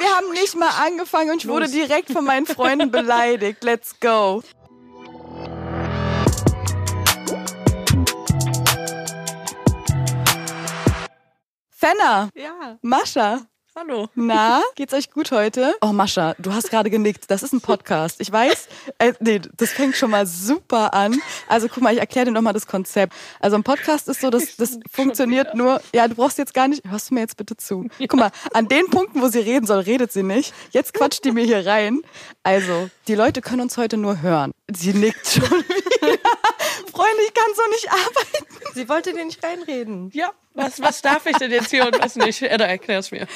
haben nicht mal angefangen und ich wurde direkt von meinen Freunden beleidigt. Let's go. Fenner, Ja, Mascha, hallo. na, geht's euch gut heute? Oh, Mascha, du hast gerade genickt. Das ist ein Podcast. Ich weiß, äh, nee, das fängt schon mal super an. Also guck mal, ich erkläre dir nochmal das Konzept. Also ein Podcast ist so, dass das funktioniert nur, ja, du brauchst jetzt gar nicht, hörst du mir jetzt bitte zu. Guck mal, an den Punkten, wo sie reden soll, redet sie nicht. Jetzt quatscht die mir hier rein. Also, die Leute können uns heute nur hören. Sie nickt schon wieder. Freunde, ich kann so nicht arbeiten. Sie wollte dir nicht reinreden. Ja, was, was darf ich denn jetzt hier und was nicht? Edda, erklär's mir.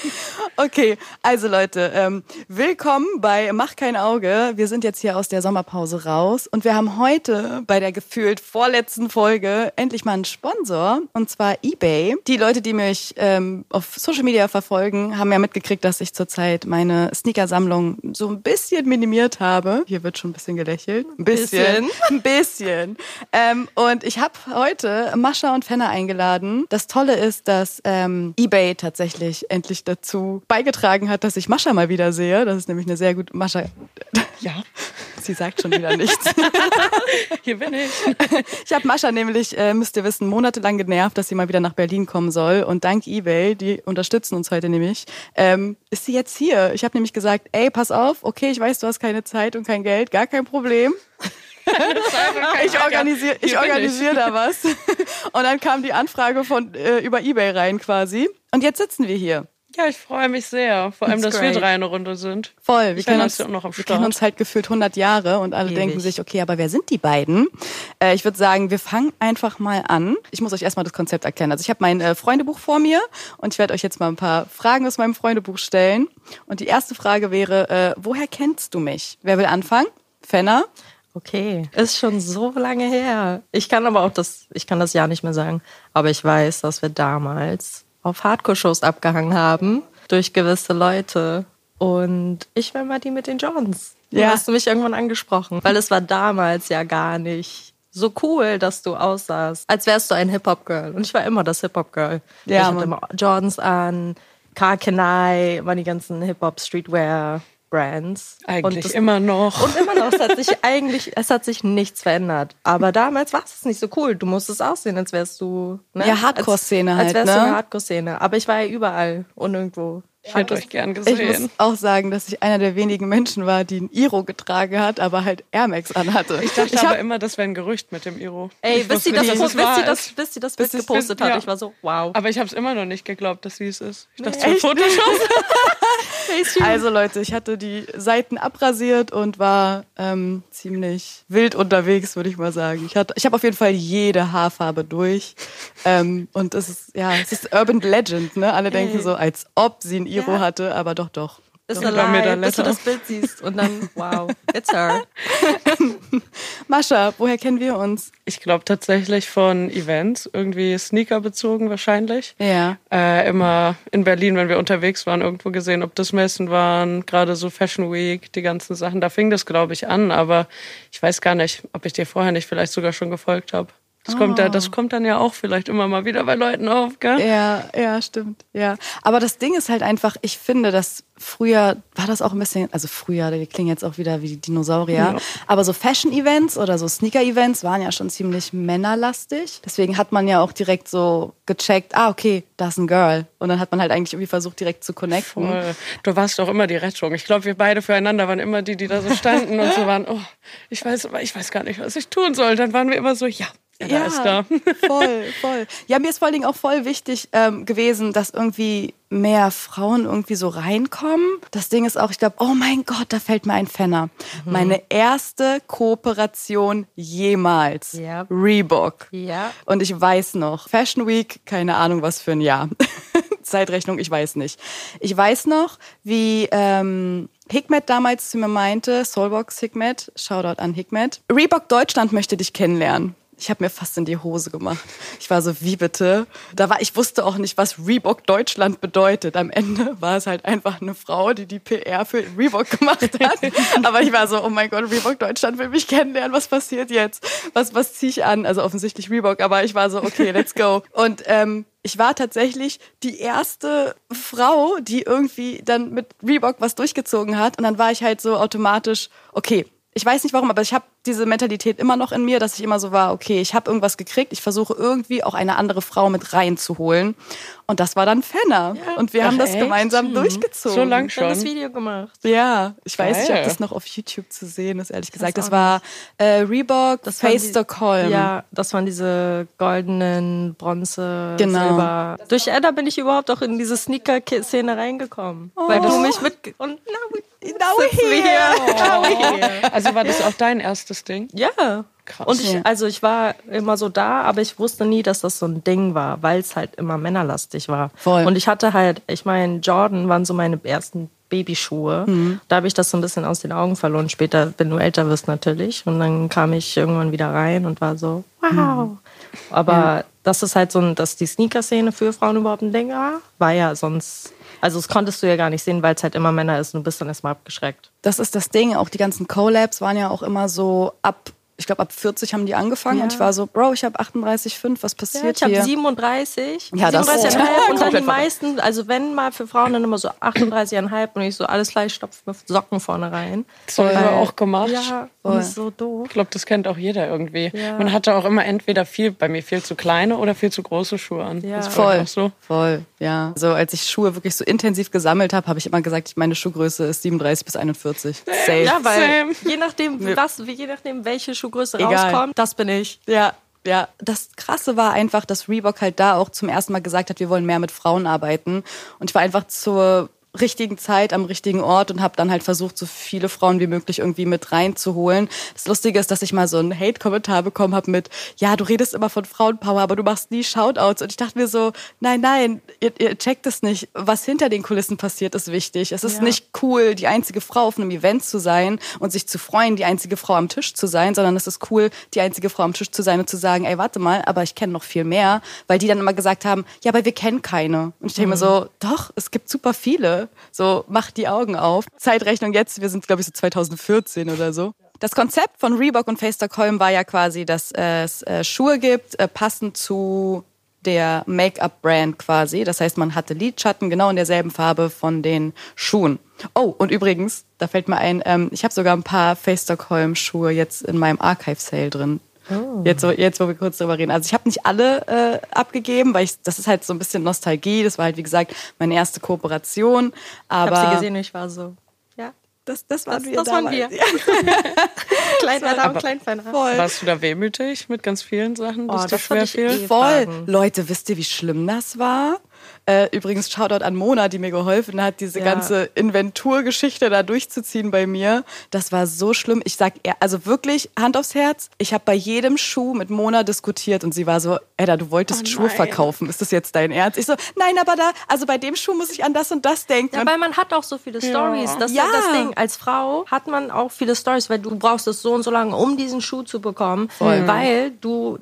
Okay, also Leute, ähm, willkommen bei Mach kein Auge. Wir sind jetzt hier aus der Sommerpause raus und wir haben heute bei der gefühlt vorletzten Folge endlich mal einen Sponsor und zwar eBay. Die Leute, die mich ähm, auf Social Media verfolgen, haben ja mitgekriegt, dass ich zurzeit meine Sneakersammlung so ein bisschen minimiert habe. Hier wird schon ein bisschen gelächelt. Ein bisschen. Ein bisschen. Ähm, und ich habe heute Mascha und Fenner eingeladen. Das Tolle ist, dass ähm, eBay tatsächlich endlich dazu beigetragen hat, dass ich Mascha mal wieder sehe. Das ist nämlich eine sehr gute Mascha. Ja, Sie sagt schon wieder nichts. hier bin ich. Ich habe Mascha nämlich, äh, müsst ihr wissen, monatelang genervt, dass sie mal wieder nach Berlin kommen soll. Und dank eBay, die unterstützen uns heute nämlich, ähm, ist sie jetzt hier. Ich habe nämlich gesagt, ey, pass auf, okay, ich weiß, du hast keine Zeit und kein Geld, gar kein Problem. Ich organisiere ich Hier bin organisier da was. Und dann kam die Anfrage von äh, über eBay rein quasi. Und jetzt sitzen wir hier. Ja, ich freue mich sehr. Vor allem, That's dass wir great. drei eine Runde sind. Voll, wir Ich kennen, erinnere uns, mich auch noch am wir Start. kennen uns halt gefühlt 100 Jahre und alle Ewig. denken sich, okay, aber wer sind die beiden? Äh, ich würde sagen, wir fangen einfach mal an. Ich muss euch erstmal das Konzept erklären. Also ich habe mein äh, Freundebuch vor mir und ich werde euch jetzt mal ein paar Fragen aus meinem Freundebuch stellen. Und die erste Frage wäre, äh, woher kennst du mich? Wer will anfangen? Fenner? Okay, ist schon so lange her. Ich kann aber auch das, ich kann das Jahr nicht mehr sagen. Aber ich weiß, dass wir damals auf Hardcore-Shows abgehangen haben durch gewisse Leute. Und ich war mal die mit den Johns. Ja. Ja. Hast du mich irgendwann angesprochen? Weil es war damals ja gar nicht so cool, dass du aussahst, als wärst du ein Hip-Hop-Girl. Und ich war immer das Hip-Hop-Girl. Ja, ich hatte Mann. immer Johns an, Karkenai, waren die ganzen Hip-Hop-Streetwear-Brands. Und Eigentlich das- immer noch. und immer noch, es hat sich eigentlich, es hat sich nichts verändert. Aber damals war es nicht so cool. Du musstest aussehen, als wärst du. Ne? Ja, Hardcore-Szene Als- halt, Als wärst ne? du eine Hardcore-Szene. Aber ich war ja überall und irgendwo. Ich hätte euch gern Ich muss gesehen. auch sagen, dass ich einer der wenigen Menschen war, die ein Iro getragen hat, aber halt Air Max anhatte. Ich dachte hab- aber immer, das wäre ein Gerücht mit dem Iro. Ey, ich bis sie wusste das, nicht, dass bis es wahr sie das, ist. bis sie das Bild sie- gepostet bis- hat. ja. Ich war so, wow. Aber ich habe es immer noch nicht geglaubt, dass sie es ist. Ich dachte, Nee. es war Photoshop. Also Leute, ich hatte die Seiten abrasiert und war ähm, ziemlich wild unterwegs, würde ich mal sagen. Ich, hatte- ich habe auf jeden Fall jede Haarfarbe durch. Ähm, und es ist, ja, es ist Urban Legend, ne? Alle denken so, als ob sie ein Iro Ja. hatte, aber doch, doch. ist Doch, eine bei mir Lie, der bis du Letter. das Bild siehst. Und dann, wow, it's her. Mascha, woher kennen wir uns? Ich glaube tatsächlich von Events, irgendwie Sneaker bezogen wahrscheinlich. Ja. äh, immer in Berlin, wenn wir unterwegs waren, irgendwo gesehen, ob das Messen waren, gerade so Fashion Week, die ganzen Sachen. Da fing das, glaube ich, an, aber ich weiß gar nicht, ob ich dir vorher nicht vielleicht sogar schon gefolgt habe. Das, kommt da, das kommt dann ja auch vielleicht immer mal wieder bei Leuten auf, Ah. gell? Ja, ja, stimmt. Ja. Aber das Ding ist halt einfach, ich finde, dass früher war das auch ein bisschen, also früher, wir klingen jetzt auch wieder wie Dinosaurier, aber so Fashion-Events oder so Sneaker-Events waren ja schon ziemlich männerlastig. Deswegen hat man ja auch direkt so gecheckt, ah, okay, da ist ein Girl. Und dann hat man halt eigentlich irgendwie versucht, direkt zu connecten. Voll. Du warst auch immer die Rettung. Ich glaube, wir beide füreinander waren immer die, die da so standen und so waren, oh, ich weiß, aber ich weiß gar nicht, was ich tun soll. Dann waren wir immer so, ja, ja, da ist da. voll, voll. Ja, mir ist vor allen Dingen auch voll wichtig ähm, gewesen, dass irgendwie mehr Frauen irgendwie so reinkommen. Das Ding ist auch, ich glaube, oh mein Gott, da fällt mir ein Fenner. Mhm. Meine erste Kooperation jemals. Ja. Reebok. Ja. Und ich weiß noch, Fashion Week, keine Ahnung, was für ein Jahr. Zeitrechnung, ich weiß nicht. Ich weiß noch, wie ähm, Hikmet damals zu mir meinte, Soulbox Hikmet, Shoutout an Hikmet, Reebok Deutschland möchte dich kennenlernen. Ich habe mir fast in die Hose gemacht. Ich war so, wie bitte? Da war, ich wusste auch nicht, was Reebok Deutschland bedeutet. Am Ende war es halt einfach eine Frau, die die PR für Reebok gemacht hat. Aber ich war so, oh mein Gott, Reebok Deutschland will mich kennenlernen. Was passiert jetzt? Was, was ziehe ich an? Also offensichtlich Reebok, aber ich war so, okay, let's go. Und ähm, ich ich war tatsächlich die erste Frau, die irgendwie dann mit Reebok was durchgezogen hat. Und dann war ich halt so automatisch, okay, ich weiß nicht warum, aber ich habe diese Mentalität immer noch in mir, dass ich immer so war, okay, ich habe irgendwas gekriegt, ich versuche irgendwie auch eine andere Frau mit reinzuholen. Und das war dann Fenner. und wir Ach, haben das echt? Hm. gemeinsam durchgezogen. So lang Schon. das schon. Video gemacht. Ja, ich weiß nicht, ob Geil. das noch auf YouTube zu sehen ist, ehrlich gesagt. Das weiß auch war äh, Reebok, Das waren Face die- Stockholm. Ja, das waren diese goldenen Bronze, Genau. Silber. Durch Edda bin ich überhaupt auch in diese Sneaker-Szene reingekommen, weil Oh. du mich mit und na, Now sitzen wir hier. Also war das auch dein erstes Ding? Ja. Krass. Und ich, Ja. also ich war immer so da, aber ich wusste nie, dass das so ein Ding war, weil es halt immer männerlastig war. Voll. Und ich hatte halt, ich meine, Jordan waren so meine ersten Babyschuhe. Mhm. Da habe ich das so ein bisschen aus den Augen verloren. Später, wenn du älter wirst natürlich. Und dann kam ich irgendwann wieder rein und war so, wow. Mhm. Aber das ist halt so, ein, dass die Sneaker-Szene für Frauen überhaupt ein Ding war, war ja sonst, also das konntest du ja gar nicht sehen, weil es halt immer Männer ist und du bist dann erstmal abgeschreckt. Das ist das Ding, auch die ganzen Collabs waren ja auch immer so ab, ich glaube ab 40 haben die angefangen Ja. und ich war so, Bro, ich habe 38,5, was Ja, passiert ich habe hier? 37. Ja, das- 37,5 und dann die Komplett meisten, also wenn mal für Frauen dann immer so 38,5 und ich so alles gleich stopfe mir Socken vorne rein. Das haben wir Weil- auch gemacht. Ja, Voll. und ist so doof. Ich glaube, das kennt auch jeder irgendwie. Ja. Man hatte auch immer entweder viel, bei mir viel zu kleine oder viel zu große Schuhe an. Ja. Das war Voll, auch so. voll, ja. So als ich Schuhe wirklich so intensiv gesammelt habe, habe ich immer gesagt, ich- meine Schuhgröße ist 37 bis 41. Safe. Ja, weil Same. je nachdem, was, je nachdem, welche Schuhgröße Egal. rauskommt, das bin ich. Ja, ja. Das Krasse war einfach, dass Reebok halt da auch zum ersten Mal gesagt hat, wir wollen mehr mit Frauen arbeiten. Und ich war einfach zur richtigen Zeit am richtigen Ort und habe dann halt versucht, so viele Frauen wie möglich irgendwie mit reinzuholen. Das Lustige ist, dass ich mal so einen Hate-Kommentar bekommen habe mit, ja, du redest immer von Frauenpower, aber du machst nie Shoutouts. Und ich dachte mir so, nein, nein, ihr, ihr checkt es nicht. Was hinter den Kulissen passiert, ist wichtig. Es ist Ja. nicht cool, die einzige Frau auf einem Event zu sein und sich zu freuen, die einzige Frau am Tisch zu sein, sondern es ist cool, die einzige Frau am Tisch zu sein und zu sagen, ey, warte mal, aber ich kenne noch viel mehr, weil die dann immer gesagt haben, ja, aber wir kennen keine. Und ich denke mir so, doch, es gibt super viele. So, macht die Augen auf. Zeitrechnung jetzt, wir sind, glaube ich, so 2014 oder so. Das Konzept von Reebok und Face Stockholm war ja quasi, dass äh, es äh, Schuhe gibt, äh, passend zu der Make-up-Brand quasi. Das heißt, man hatte Lidschatten genau in derselben Farbe von den Schuhen. Oh, und übrigens, da fällt mir ein, ähm, ich habe sogar ein paar Face Stockholm Schuhe jetzt in meinem Archive-Sale drin. Oh. Jetzt, wo- jetzt, wo wir kurz drüber reden. Also ich habe nicht alle äh, abgegeben, weil ich, das ist halt so ein bisschen Nostalgie. Das war halt, wie gesagt, meine erste Kooperation. Ich Aber habe sie gesehen und ich war so, ja, Das, das waren das, wir das waren damals. wir. Kleiner Raum, kleiner Raum. Voll. Warst du da wehmütig mit ganz vielen Sachen, dass Oh, dir das schwer hatte ich fiel? eh. Voll. Fragen. Leute, wisst ihr, wie schlimm das war? Äh, übrigens, Shoutout an Mona, die mir geholfen hat, diese Ja. ganze Inventurgeschichte da durchzuziehen bei mir. Das war so schlimm. Ich sag, eher- also wirklich, Hand aufs Herz, ich habe bei jedem Schuh mit Mona diskutiert und sie war so, Edda, du wolltest Oh Schuhe verkaufen. Ist das jetzt dein Ernst? Ich so, nein, aber da, also bei dem Schuh muss ich an das und das denken. Ja, und weil man hat auch so viele Stories. Das ist Ja. ja das Ding. Als Frau hat man auch viele Stories, weil du brauchst es so und so lange, um diesen Schuh zu bekommen, weil du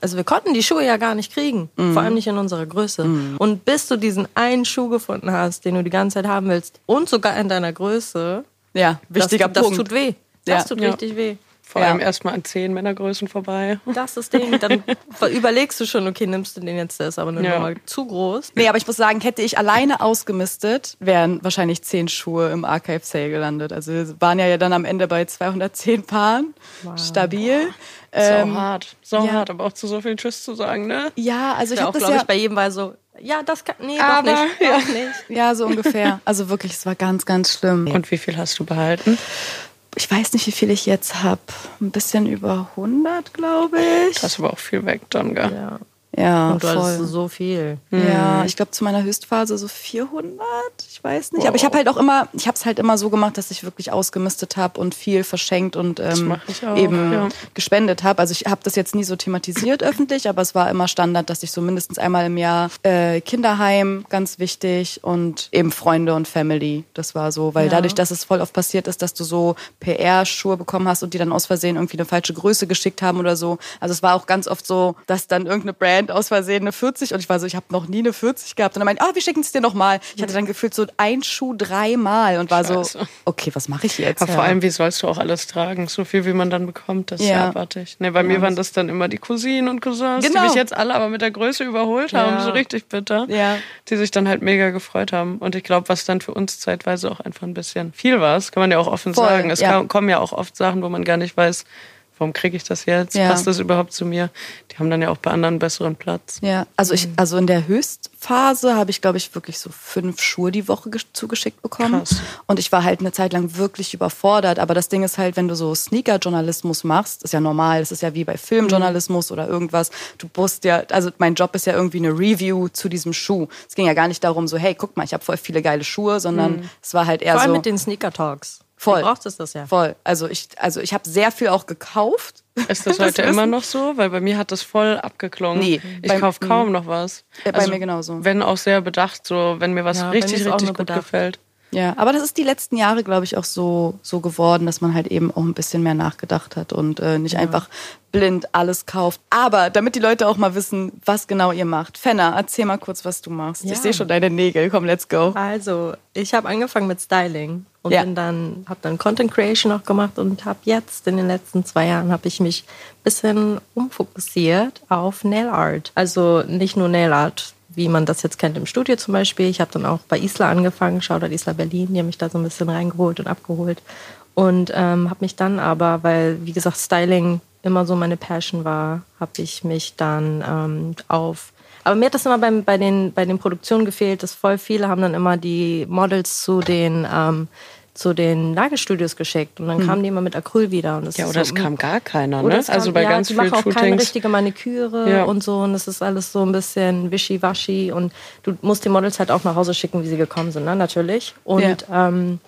also wir konnten die Schuhe ja gar nicht kriegen, vor allem nicht in unserer Größe. Und bis du diesen einen Schuh gefunden hast, den du die ganze Zeit haben willst und sogar in deiner Größe, ja wichtiger das, das Punkt. tut weh. Ja. Das tut Ja. richtig weh. Vor Ja. allem erstmal an zehn Männergrößen vorbei. Das ist Ding. Dann überlegst du schon, okay, nimmst du den jetzt, der ist aber eine Ja. Nummer zu groß. Nee, aber ich muss sagen, hätte ich alleine ausgemistet, wären wahrscheinlich zehn Schuhe im Archive Sale gelandet. Also wir waren ja dann am Ende bei 210 Paaren. Stabil. so Ähm, hart. So ja. hart, aber auch zu so viel Tschüss zu sagen, ne? ja, also ich Ja, auch, habe das glaube ja, ich, bei jedem war so, ja, das kann, nee, Aber, doch nicht, ja. doch nicht. ja so ungefähr. Also wirklich, es war ganz, ganz schlimm. Und wie viel hast du behalten? Ich weiß nicht, wie viel ich jetzt habe. Ein bisschen über 100, glaube ich. Hast aber auch viel weg dann, gell? Ja. Ja, Und du hattest voll. so Hm. viel. Ja, ich glaube zu meiner Höchstphase so 400, ich weiß nicht. Aber ich Wow. habe halt auch immer, ich habe es halt immer so gemacht, dass ich wirklich ausgemistet habe und viel verschenkt und ähm, mach ich auch, eben ja. gespendet habe. Also ich habe das jetzt nie so thematisiert öffentlich, aber es war immer Standard, dass ich so mindestens einmal im Jahr äh, Kinderheim, ganz wichtig, und eben Freunde und Family. Das war so, weil Ja. dadurch, dass es voll oft passiert ist, dass du so PR-Schuhe bekommen hast und die dann aus Versehen irgendwie eine falsche Größe geschickt haben oder so. Also es war auch ganz oft so, dass dann irgendeine Brand Band aus Versehen eine 40 und ich war so, ich habe noch nie eine 40 gehabt. Und er meinte, ah, wir schicken es dir nochmal. Ich hatte dann gefühlt so ein Schuh dreimal und war so, Scheiße. okay, was mache ich jetzt? Aber vor allem, wie sollst du auch alles tragen? So viel, wie man dann bekommt, das ist ja Ja. abartig. Nee, bei mir waren das dann immer die Cousinen und Cousins, die Genau. mich jetzt alle aber mit der Größe überholt haben, Ja. so richtig bitter. Ja. Die sich dann halt mega gefreut haben. Und ich glaube, was dann für uns zeitweise auch einfach ein bisschen viel war, das kann man ja auch offen Voll, sagen. Es ja. kam- kommen ja auch oft Sachen, wo man gar nicht weiß, warum kriege ich das jetzt? Ja. Passt das überhaupt zu mir? Die haben dann ja auch bei anderen besseren Platz. Ja, also Mhm. ich, also in der Höchstphase habe ich, glaube ich, wirklich so fünf Schuhe die Woche gesch- zugeschickt bekommen. Krass. Und ich war halt eine Zeit lang wirklich überfordert. Aber das Ding ist halt, wenn du so Sneaker-Journalismus machst, ist ja normal, das ist ja wie bei Mhm. Filmjournalismus oder irgendwas. Du musst ja, also mein Job ist ja irgendwie eine Review zu diesem Schuh. Es ging ja gar nicht darum, so, hey, guck mal, ich habe voll viele geile Schuhe, sondern es war halt eher Mhm. Vor allem so. mit den Sneaker Talks. Voll. Du brauchst es das ja. Voll. Also ich, also ich habe sehr viel auch gekauft. Ist das, heute immer noch so? Weil bei mir hat das voll abgeklungen. Nee, ich bei- kaufe kaum noch was. Äh, Also, Ja, bei mir genauso. Wenn auch sehr bedacht, so wenn mir was Ja, bei mir richtig, ist auch richtig nur gut bedacht. gefällt. Ja, aber das ist die letzten Jahre, glaube ich, auch so, so geworden, dass man halt eben auch ein bisschen mehr nachgedacht hat und äh, nicht einfach blind alles kauft. Aber damit die Leute auch mal wissen, was genau ihr macht. Fenner, erzähl mal kurz, was du machst. Ja. Ich sehe schon deine Nägel. Komm, let's go. Also, ich habe angefangen mit Styling und Ja. bin dann habe dann Content Creation auch gemacht und habe jetzt in den letzten zwei Jahren habe ich mich ein bisschen umfokussiert auf Nail Art. Also nicht nur Nail Art, wie man das jetzt kennt im Studio zum Beispiel. Ich habe dann auch bei Isla angefangen, Shoutout Isla Berlin, die haben mich da so ein bisschen reingeholt und abgeholt und ähm, habe mich dann aber, weil wie gesagt Styling immer so meine Passion war, habe ich mich dann ähm, auf aber mir hat das immer beim, bei, den, bei den Produktionen gefehlt, dass voll viele haben dann immer die Models zu den, ähm, zu den Nagelstudios geschickt und dann kamen die immer mit Acryl wieder. Und das Hm. Ja, ist oder so, es kam gar keiner, Oder ne? es kam- Also bei ja, ganz die vielen machen auch keine Shootings. richtige Maniküre Ja. und so und das ist alles so ein bisschen wischiwaschi und du musst die Models halt auch nach Hause schicken, wie sie gekommen sind, ne? natürlich. Und ähm,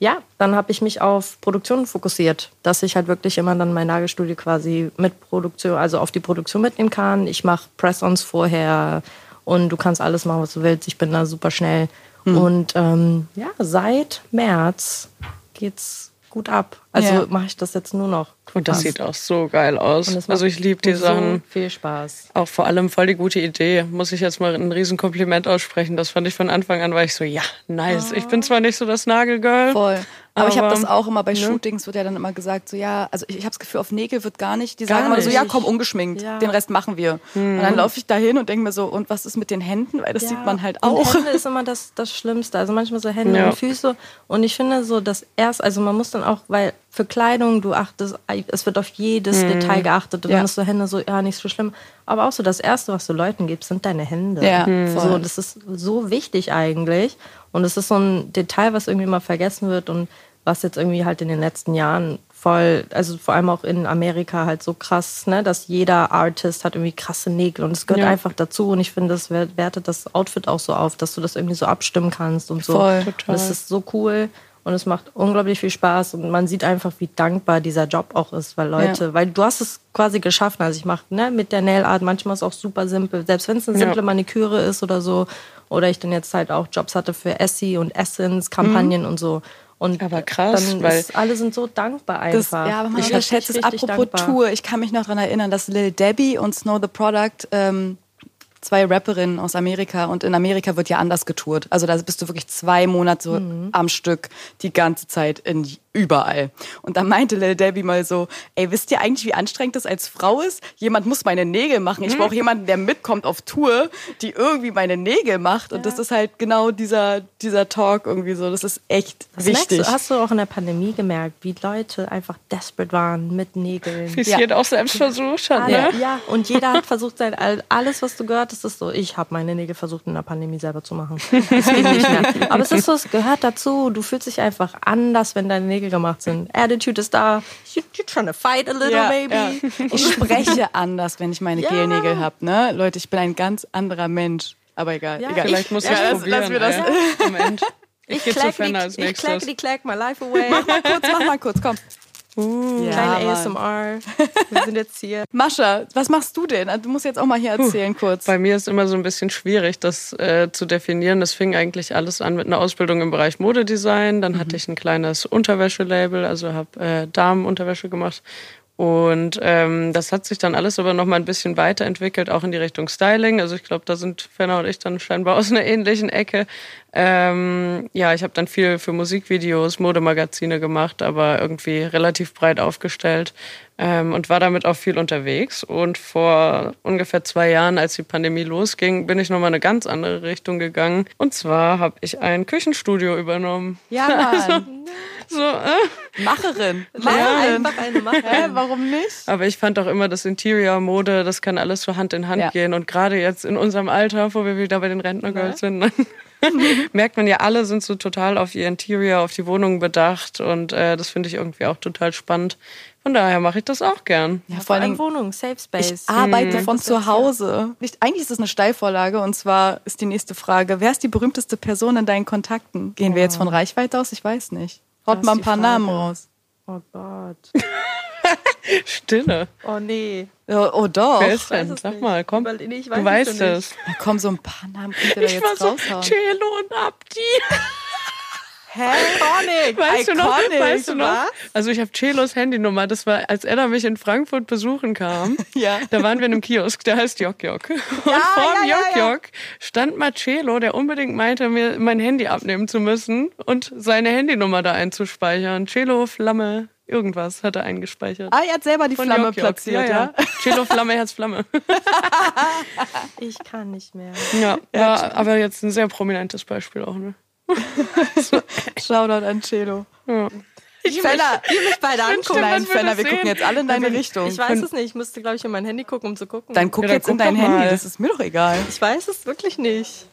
ja, dann habe ich mich auf Produktion fokussiert, dass ich halt wirklich immer dann mein Nagelstudio quasi mit Produktion, also auf die Produktion mitnehmen kann. Ich mache Press-ons vorher und du kannst alles machen, was du willst. Ich bin da super schnell. Hm. Und ähm, ja, seit März geht's gut ab. Also Ja. mache ich das jetzt nur noch. Und das Fast. sieht auch so geil Und aus. es Also macht ich liebe die so Sachen. Viel Spaß. Auch vor allem voll die gute Idee. Muss ich jetzt mal ein Riesenkompliment aussprechen. Das fand ich von Anfang an, war ich so, ja, nice. Ich Oh. bin zwar nicht so das Nagelgirl. Voll. Aber, ich habe aber, das auch immer bei ne? Shootings, wird ja dann immer gesagt, so ja, also ich, ich habe das Gefühl, auf Nägel wird gar nicht. Die sagen immer so, nicht. ja, komm, ungeschminkt, Ja. Mhm. den Rest machen wir. Und dann laufe ich dahin und denke mir so, und was ist mit den Händen? Weil das sieht man halt Und auch. Hände ist immer das, das Schlimmste. Also manchmal so Hände Ja. und Füße. Und ich finde so, dass erst, also man muss dann auch, weil für Kleidung, du achtest, es wird auf jedes Detail geachtet. Und Mhm. Ja. dann ist so Hände so, ja, nicht so schlimm. Aber auch so das Erste, was du Leuten gibst, sind deine Hände. Ja, Mhm. voll. So, das ist so wichtig eigentlich. Und es ist so ein Detail, was irgendwie mal vergessen wird und was jetzt irgendwie halt in den letzten Jahren voll, also vor allem auch in Amerika halt so krass, ne, dass jeder Artist hat irgendwie krasse Nägel und es gehört Ja. einfach dazu und ich finde, das wert- wertet das Outfit auch so auf, dass du das irgendwie so abstimmen kannst und so. Voll. Und das ist so cool und es macht unglaublich viel Spaß und man sieht einfach, wie dankbar dieser Job auch ist, weil Leute, weil du hast es quasi geschaffen, also ich mache ne, mit der Nail Art manchmal ist es auch super simpel, selbst wenn es eine Ja. simple Maniküre ist oder so oder ich dann jetzt halt auch Jobs hatte für Essie und Essence Kampagnen und so und Aber krass, dann weil- ist, alle sind so dankbar Das, einfach. ja, aber man halt Richtig, unterschätzt es. richtig Apropos dankbar. Tour, ich kann mich noch daran erinnern, dass Lil Debbie und Snow the Product ähm, zwei Rapperinnen aus Amerika und in Amerika wird ja anders getourt. Also da bist du wirklich zwei Monate so Mhm. am Stück die ganze Zeit in überall. Und da meinte Lil Debbie mal so, ey, wisst ihr eigentlich, wie anstrengend das als Frau ist? Jemand muss meine Nägel machen. Hm? Ich brauche jemanden, der mitkommt auf Tour, die irgendwie meine Nägel macht. Und das ist halt genau dieser, dieser Talk irgendwie so. Das ist echt Das merkst wichtig. Du, hast du auch in der Pandemie gemerkt, wie Leute einfach desperate waren mit Nägeln. wie es jeder auch selbst versucht hat, Alle, ne? ja, und jeder hat versucht, sein, all- alles, was du gehört hast, ist so, ich habe meine Nägel versucht, in der Pandemie selber zu machen. Das ging nicht mehr. Aber es ist so, es gehört dazu. Du fühlst dich einfach anders, wenn deine Nägel gemacht sind. Attitude ist da. You, you're trying to fight a little, Ja, maybe. ja. Ich spreche anders, wenn ich meine Ja. Gelnägel habe. Ne? Leute, ich bin ein ganz anderer Mensch. Aber egal. Ja, egal. Vielleicht muss ja, ich lass- probieren. Lass mir das. ey. Am Ende. Ich, geh zu clack Fenner als die, ich clack nächstes. die clack my life away. Mach mal kurz, mach mal kurz, komm. Uh. ja, Kleine Mann. ASMR. Wir sind jetzt hier. Mascha, was machst du denn? Du musst jetzt auch mal hier erzählen, kurz. Bei mir ist immer so ein bisschen schwierig, das äh, zu definieren. Das fing eigentlich alles an mit einer Ausbildung im Bereich Modedesign. Dann hatte ich ein kleines Unterwäschelabel, also habe äh, Damenunterwäsche gemacht Und ähm, das hat sich dann alles aber nochmal ein bisschen weiterentwickelt, auch in die Richtung Styling. Also ich glaube, da sind Fenner und ich dann scheinbar aus einer ähnlichen Ecke. Ähm, ja, ich habe dann viel für Musikvideos, Modemagazine gemacht, aber irgendwie relativ breit aufgestellt ähm, und war damit auch viel unterwegs. Und vor ungefähr zwei Jahren, als die Pandemie losging, bin ich nochmal eine ganz andere Richtung gegangen. Und zwar habe ich ein Küchenstudio übernommen. Ja, Mann. So, äh, Macherin. Mach Macherin. einfach eine Mache. Hä, warum nicht? Aber ich fand auch immer, das Interior, Mode, das kann alles so Hand in Hand Ja. gehen. Und gerade jetzt in unserem Alter, wo wir wieder bei den Rentnergirls sind, ne? merkt man ja, alle sind so total auf ihr Interior, auf die Wohnung bedacht. Und äh, das finde ich irgendwie auch total spannend. Von daher mache ich das auch gern. Ja, Vor allem Wohnung, Safe Space. Ich arbeite Mhm. von zu Hause. Nicht, eigentlich ist es eine Steilvorlage und zwar ist die nächste Frage: Wer ist die berühmteste Person in deinen Kontakten? Gehen wir jetzt von Reichweite aus? Ich weiß nicht. Haut Das mal ist ein paar die Namen Frage. raus. Oh Gott. Stille. Oh nee. Oh, oh doch. Wer ist Ja, denn? es Sag nicht. mal, komm. Überle- nee, ich weiß du es weißt ja es. nicht. komm, so ein paar Namen könnt ihr da Ich war jetzt so raushauen. Celo und Abdi. Hä? Iconic. Weißt du noch? Iconic. Weißt du noch? Was? Also ich habe Celos Handynummer. Das war, als Ella mich in Frankfurt besuchen kam. Ja. Da waren wir in einem Kiosk, der heißt Jok Jok. Und vorm ja, Jok ja, ja. Jok stand Marcello, der unbedingt meinte, mir mein Handy abnehmen zu müssen und seine Handynummer da einzuspeichern. Cello, Flamme, irgendwas hat er eingespeichert. Ah, er hat selber die Von Flamme Jok Jok. platziert. Ja, ja. Cello, Flamme, Herz, Flamme. Ich kann nicht mehr. Ja, war aber jetzt ein sehr prominentes Beispiel auch. Ne? Shoutout an Celo. Ja. Fenner, Ihr mich beide angucken. stimmt, man nein, würde Fenner, es wir gucken sehen. Also, jetzt alle in deine Richtung. Ich weiß es nicht. Ich müsste, glaube ich, in mein Handy gucken, um zu gucken. Dann guck Ja, dann jetzt in guck dein doch Handy, mal. das ist mir doch egal. ich weiß es wirklich nicht.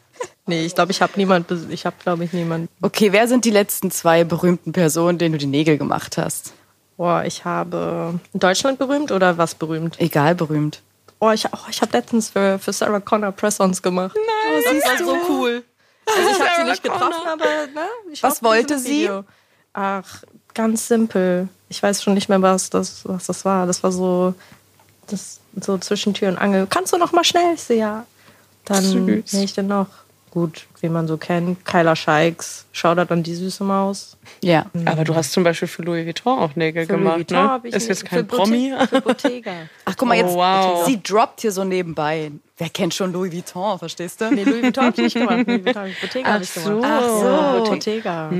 Nee, ich glaube, ich habe niemand. bes- Ich habe, glaube ich, niemand. Okay, wer sind die letzten zwei berühmten Personen, denen du die Nägel gemacht hast? Boah, ich habe Deutschland berühmt oder was berühmt? Egal berühmt. Oh, ich, oh, ich habe letztens für, für Sarah Connor Press-Ons gemacht. Nein, das war so cool. Also ich habe sie Sarah nicht getroffen, aber ne, ich Was hoffe, sie wollte sieht das sie? Video. Ach, ganz simpel. Ich weiß schon nicht mehr, was das, was das war. Das war so, das, so zwischen Tür und Angel. Kannst du noch mal schnell? Ich sehe ja. Dann Süß. nehme ich den noch. Gut, wie man so kennt. Kyla Scheiks. Shoutout an die süße Maus. Ja. Aber du hast zum Beispiel für Louis Vuitton auch Nägel Für Louis gemacht. Vuitton ne? habe ich Ist jetzt nicht- kein für Promi. Botte- Für Bottega. Ach, guck mal, jetzt, Oh, wow. sie droppt hier so nebenbei. Wer kennt schon Louis Vuitton, verstehst du? Nee, Louis Vuitton habe ich nicht gemacht. Louis Vuitton habe ich Bottega Ach habe ich gemacht. so. Ach so. Hm. Ja, Bottega.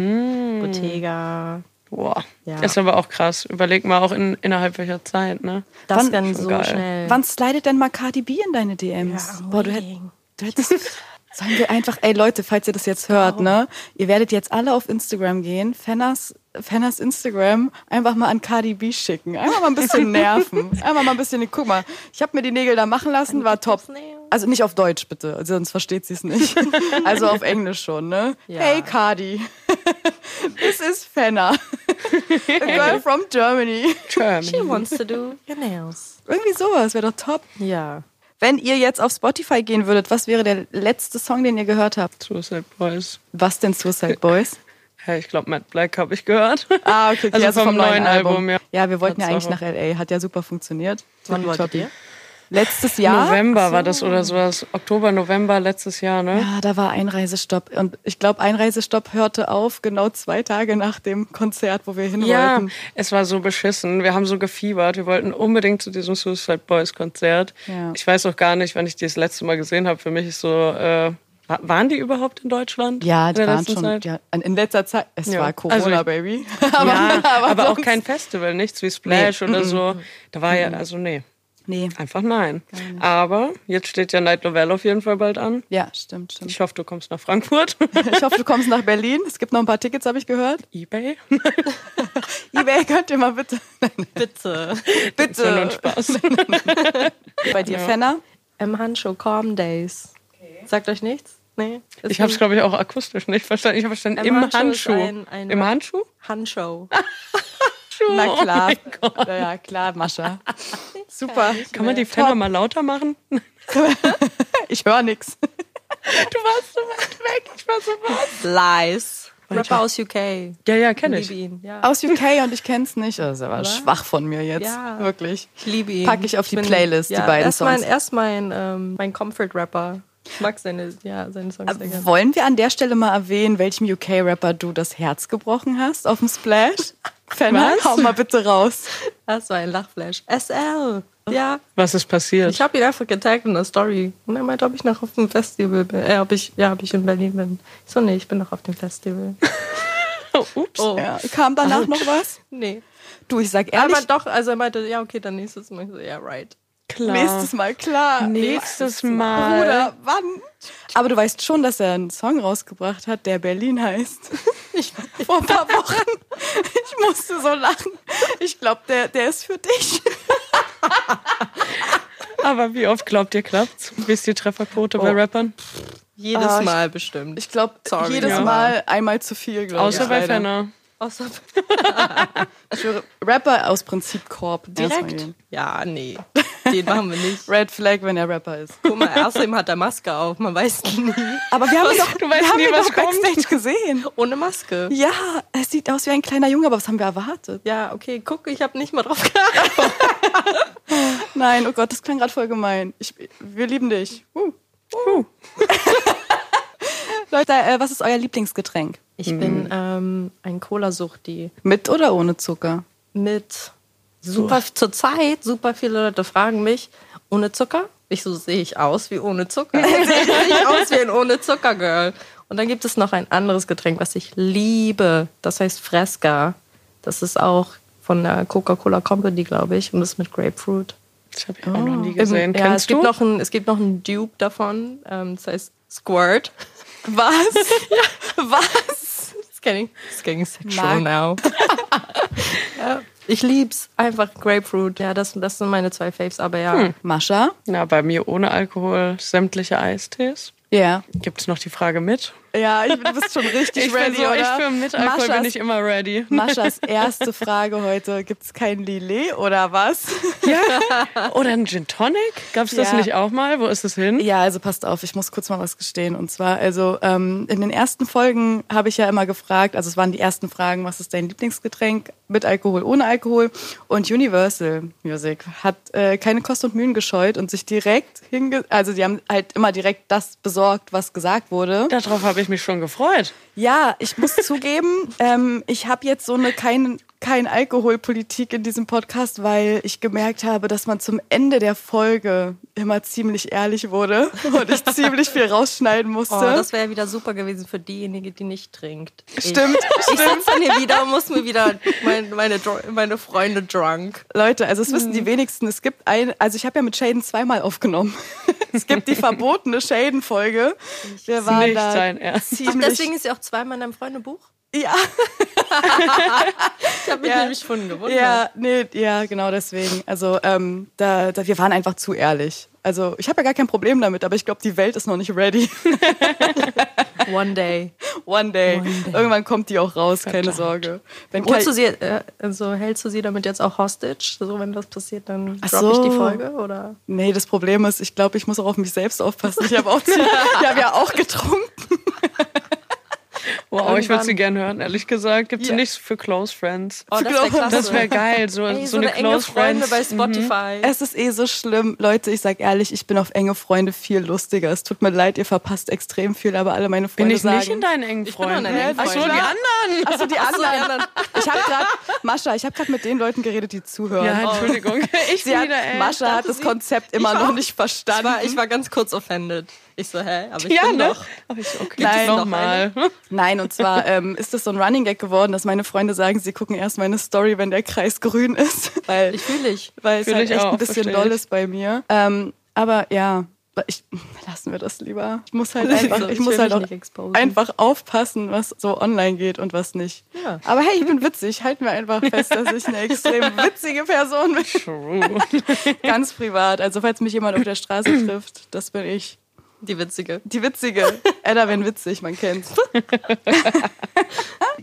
Bottega. Boah, Ja. ist aber auch krass. Überleg mal auch in, innerhalb welcher Zeit, ne? Das Wann- kann Schon so geil. schnell. Wann slidet denn mal Cardi B in deine DMs? Äh. Ja, Boah, du, hätt, unbedingt. du hättest. Sagen wir einfach, ey Leute, falls ihr das jetzt Genau. hört, ne? Ihr werdet jetzt alle auf Instagram gehen, Fenners, Fenners Instagram einfach mal an Cardi B schicken. Einfach mal ein bisschen nerven. Einfach mal ein bisschen, guck mal, ich habe mir die Nägel da machen lassen, war top. Also nicht auf Deutsch bitte, sonst versteht sie es nicht. Also auf Englisch schon, ne? Ja. Hey Cardi, this is Fenner, a girl from Germany. Germany. She wants to do your nails. Irgendwie sowas wäre doch top. Ja. Wenn ihr jetzt auf Spotify gehen würdet, was wäre der letzte Song, den ihr gehört habt? Suicide Boys. Was denn Suicide Boys? Ja, ich glaube, Matt Black habe ich gehört. Ah, okay, okay Also vom neuen Album, ja. ja. Ja, wir wollten ja eigentlich nach Tatsache. LA, hat ja super funktioniert. Wann wollt ihr? Letztes Jahr. November war das oder sowas. Oktober, November letztes Jahr, ne? Ja, da war Einreisestopp. Und ich glaube, Einreisestopp hörte auf genau zwei Tage nach dem Konzert, wo wir hin Ja, wollten. es war so beschissen. Wir haben so gefiebert. Wir wollten unbedingt zu diesem Suicide Boys Konzert. Ja. Ich weiß auch gar nicht, wann ich die das letzte Mal gesehen habe. Für mich ist so, äh, wa- waren die überhaupt in Deutschland? Ja, in die der waren letzten schon Zeit? ja, in letzter Zeit. Es Ja. war Corona, Also ich- Baby. Ja, aber, auch sonst- kein Festival, nichts wie Splash oder so. Da war ja, also nee, Nee. einfach nein. Aber jetzt steht ja Night Novelle auf jeden Fall bald an. Ja, stimmt, stimmt. Ich hoffe, du kommst nach Frankfurt. Ich hoffe, du kommst nach Berlin. Es gibt noch ein paar Tickets, habe ich gehört. Ebay? Ebay könnt ihr mal bitte. Bitte. So nur ein bitte. Spaß. Bei dir, Fenner. Im Handschuh Calm Days. Sagt euch nichts? Nee. Ist Ich habe es, ein glaube ich, auch akustisch nicht verstanden. Ich habe verstanden, Im im Handschuh Handschuh. ist ein- ein- Im Handschuh? Handschuh. Handschuh. Na klar. Oh mein Gott. ja, ja, klar, Mascha. Super. Kann man die Fenner mal lauter machen? Du Ich höre nichts. warst so weit weg. Ich war so weit. Lies. Rapper aus UK. Ja, ja, kenne liebe ich. ihn. Ja. Aus UK und ich kenn's nicht. Das war schwach von mir jetzt. Ja. Wirklich. Ich liebe ihn. Pack ich auf die Playlist, die beiden er ist Mein, Songs. er ist mein, ähm, mein Comfort-Rapper. Ich mag seine, ja, seine Songs sehr gerne. Äh, Wollen wir an der Stelle mal erwähnen, welchem UK-Rapper du das Herz gebrochen hast auf dem Splash? Fenner, hau mal bitte raus. Das war ein Lachflash. SL. Ja. Was ist passiert? Ich habe ihn einfach getaggt in der Story. Und er meinte, ob ich noch auf dem Festival bin. Äh, ob ich, ja, ob ich in Berlin bin. Ich so, nee, ich bin noch auf dem Festival. Ups. Oh. Ja. Kam danach noch was? Nee. Du, ich sag ehrlich, Aber doch, also er meinte, ja, okay, dann nächstes Mal. Ich so, ja, right. Klar. nächstes Mal klar. Nächstes Mal. Bruder, wann? Aber du weißt schon, dass er einen Song rausgebracht hat, der Berlin heißt. Vor ein paar Wochen. Ich musste so lachen. Ich glaube, der, der ist für dich. Aber wie oft glaubt ihr, klappt's? Wie ist die Trefferquote bei Oh. Rappern? Jedes Ah, ich- Mal bestimmt. Ich glaube, Sorry, jedes ja. Mal einmal zu viel, glaube ich. Außer bei leider. Fenner. Außer Ich höre Rapper aus Prinzip Korb. Erstmal direkt. jeden. Ja, nee. Den machen wir nicht. Red Flag, wenn er Rapper ist. Guck mal, außerdem hat er Maske auf. Man weiß nie. Aber wir haben ihn doch, Du weißt wir haben nie, ihn was doch Backstage gesehen. Ohne Maske. Ja, es sieht aus wie ein kleiner Junge, aber was haben wir erwartet? Ja, okay, guck, ich habe nicht mal drauf geachtet. Nein, oh Gott, das klang gerade voll gemein. Ich, wir lieben dich. Uh. Uh. Leute, äh, was ist euer Lieblingsgetränk? Ich Mhm. bin ähm, ein Cola-Suchti Mit oder ohne Zucker? mit super zurzeit super viele Leute fragen mich ohne Zucker. Ich so sehe ich aus wie ohne Zucker. sehe ich aus wie ein ohne Zucker Girl. Und dann gibt es noch ein anderes Getränk, was ich liebe. Das heißt Fresca. Das ist auch von der Coca-Cola Company, glaube ich, und das ist mit Grapefruit. Das habe ich auch noch nie Im- gesehen. ja, es Kennst gibt du? noch ein es gibt noch ein Dupe davon. Ähm, das heißt Squirt. Was? Was? It's getting, it's getting sexual Mag- now. halt ja, ich lieb's. Einfach Grapefruit. Ja, das, das sind meine zwei Faves, aber ja. Hm, Mascha? Na, bei mir ohne Alkohol sämtliche Eistees. Ja. Gibt es noch die Frage mit? Ja, ich, du bist schon richtig ready, bin so, oder? ich für mit Alkohol Maschas, bin ich immer ready. Maschas erste Frage heute. Gibt es kein Lillet oder was? Oder ein Gin Tonic? Gab es das Ja. nicht auch mal? Wo ist es hin? Ja, also passt auf, ich muss kurz mal was gestehen. Und zwar, also ähm, in den ersten Folgen habe ich ja immer gefragt, also es waren die ersten Fragen, was ist dein Lieblingsgetränk mit Alkohol, ohne Alkohol? Und Universal Music hat äh, keine Kosten und Mühen gescheut und sich direkt hinge... Also die haben halt immer direkt das besorgt, was gesagt wurde. Darauf habe ich mich schon gefreut. Ja, ich muss zugeben, ähm, ich habe jetzt so eine kein, kein Alkoholpolitik in diesem Podcast, weil ich gemerkt habe, dass man zum Ende der Folge immer ziemlich ehrlich wurde und ich ziemlich viel rausschneiden musste. Oh, das wäre wieder super gewesen für diejenige, die nicht trinkt. Stimmt, Ich, ich sitze hier wieder und muss mir wieder mein, meine, Dr- meine Freunde drunk. Leute, also es wissen die wenigsten, es gibt ein, also ich habe ja mit Shaden zweimal aufgenommen. es gibt die verbotene Shaden-Folge. Wir waren Nicht da sein Ernst. Ach, ziemlich... deswegen ist sie auch zweimal in deinem Freundebuch? ja. Ich habe mich nämlich schon gewundert. Ja, nee, ja, genau deswegen. Also ähm, da, da, wir waren einfach zu ehrlich. Also ich habe ja gar kein Problem damit, aber ich glaube, die Welt ist noch nicht ready. One day. One day. Irgendwann kommt die auch raus, keine Verdammt. Sorge. Wenn Holst du Kai- sie, äh, also hältst du sie damit jetzt auch hostage? So, wenn das passiert, dann Ach drop ich die so. Folge? Oder? nee, das Problem ist, ich glaube, ich muss auch auf mich selbst aufpassen. Ich habe auch, ich hab ja auch getrunken. Wow, ich würde Irgendwann- sie gerne hören, ehrlich gesagt. Gibt es Ja. nichts für Close Friends? Oh, Das wär klasse. Das wäre geil, so, Ey, so, eine, enge Close Freunde Friends. Mhm. bei Spotify. Es ist eh so schlimm. Leute, ich sag ehrlich, ich bin auf enge Freunde viel lustiger. Es tut mir leid, ihr verpasst extrem viel, aber alle meine Bin Freunde ich sagen... nicht in deinen engen bin an Freunden? deinen engen Ach so, die Freunden. anderen. Achso, die Ach so, die anderen. anderen. Ich habe gerade, Mascha, ich habe gerade mit den Leuten geredet, die zuhören. Ja, halt Entschuldigung. Ich Oh. Sie bin hat, wieder eng. Mascha hat dachte, das sie- Konzept immer ich war noch auch- nicht Ich verstanden. war, ich war ganz kurz offended. Ich so, hä? Aber ich Ja, bin ne? doch. Aber ich, okay, Nein, noch nochmal. Nein, und zwar ähm, ist das so ein Running Gag geworden, dass meine Freunde sagen, sie gucken erst meine Story, wenn der Kreis grün ist, weil, Ich fühle dich. weil es Fühl halt ich echt auch, ein bisschen versteh doll ich. ist bei mir. Ähm, aber ja, ich, lassen wir das lieber. Ich muss halt Also, einfach, ich ich muss will halt mich auch nicht exposen. einfach aufpassen, was so online geht und was nicht. Ja. Aber hey, ich bin witzig. Halten wir einfach fest, dass ich eine extrem witzige Person bin. True. Ganz privat. Also falls mich jemand auf der Straße trifft, das bin ich. Die witzige. Die witzige. Edda, wenn witzig, man kennt's.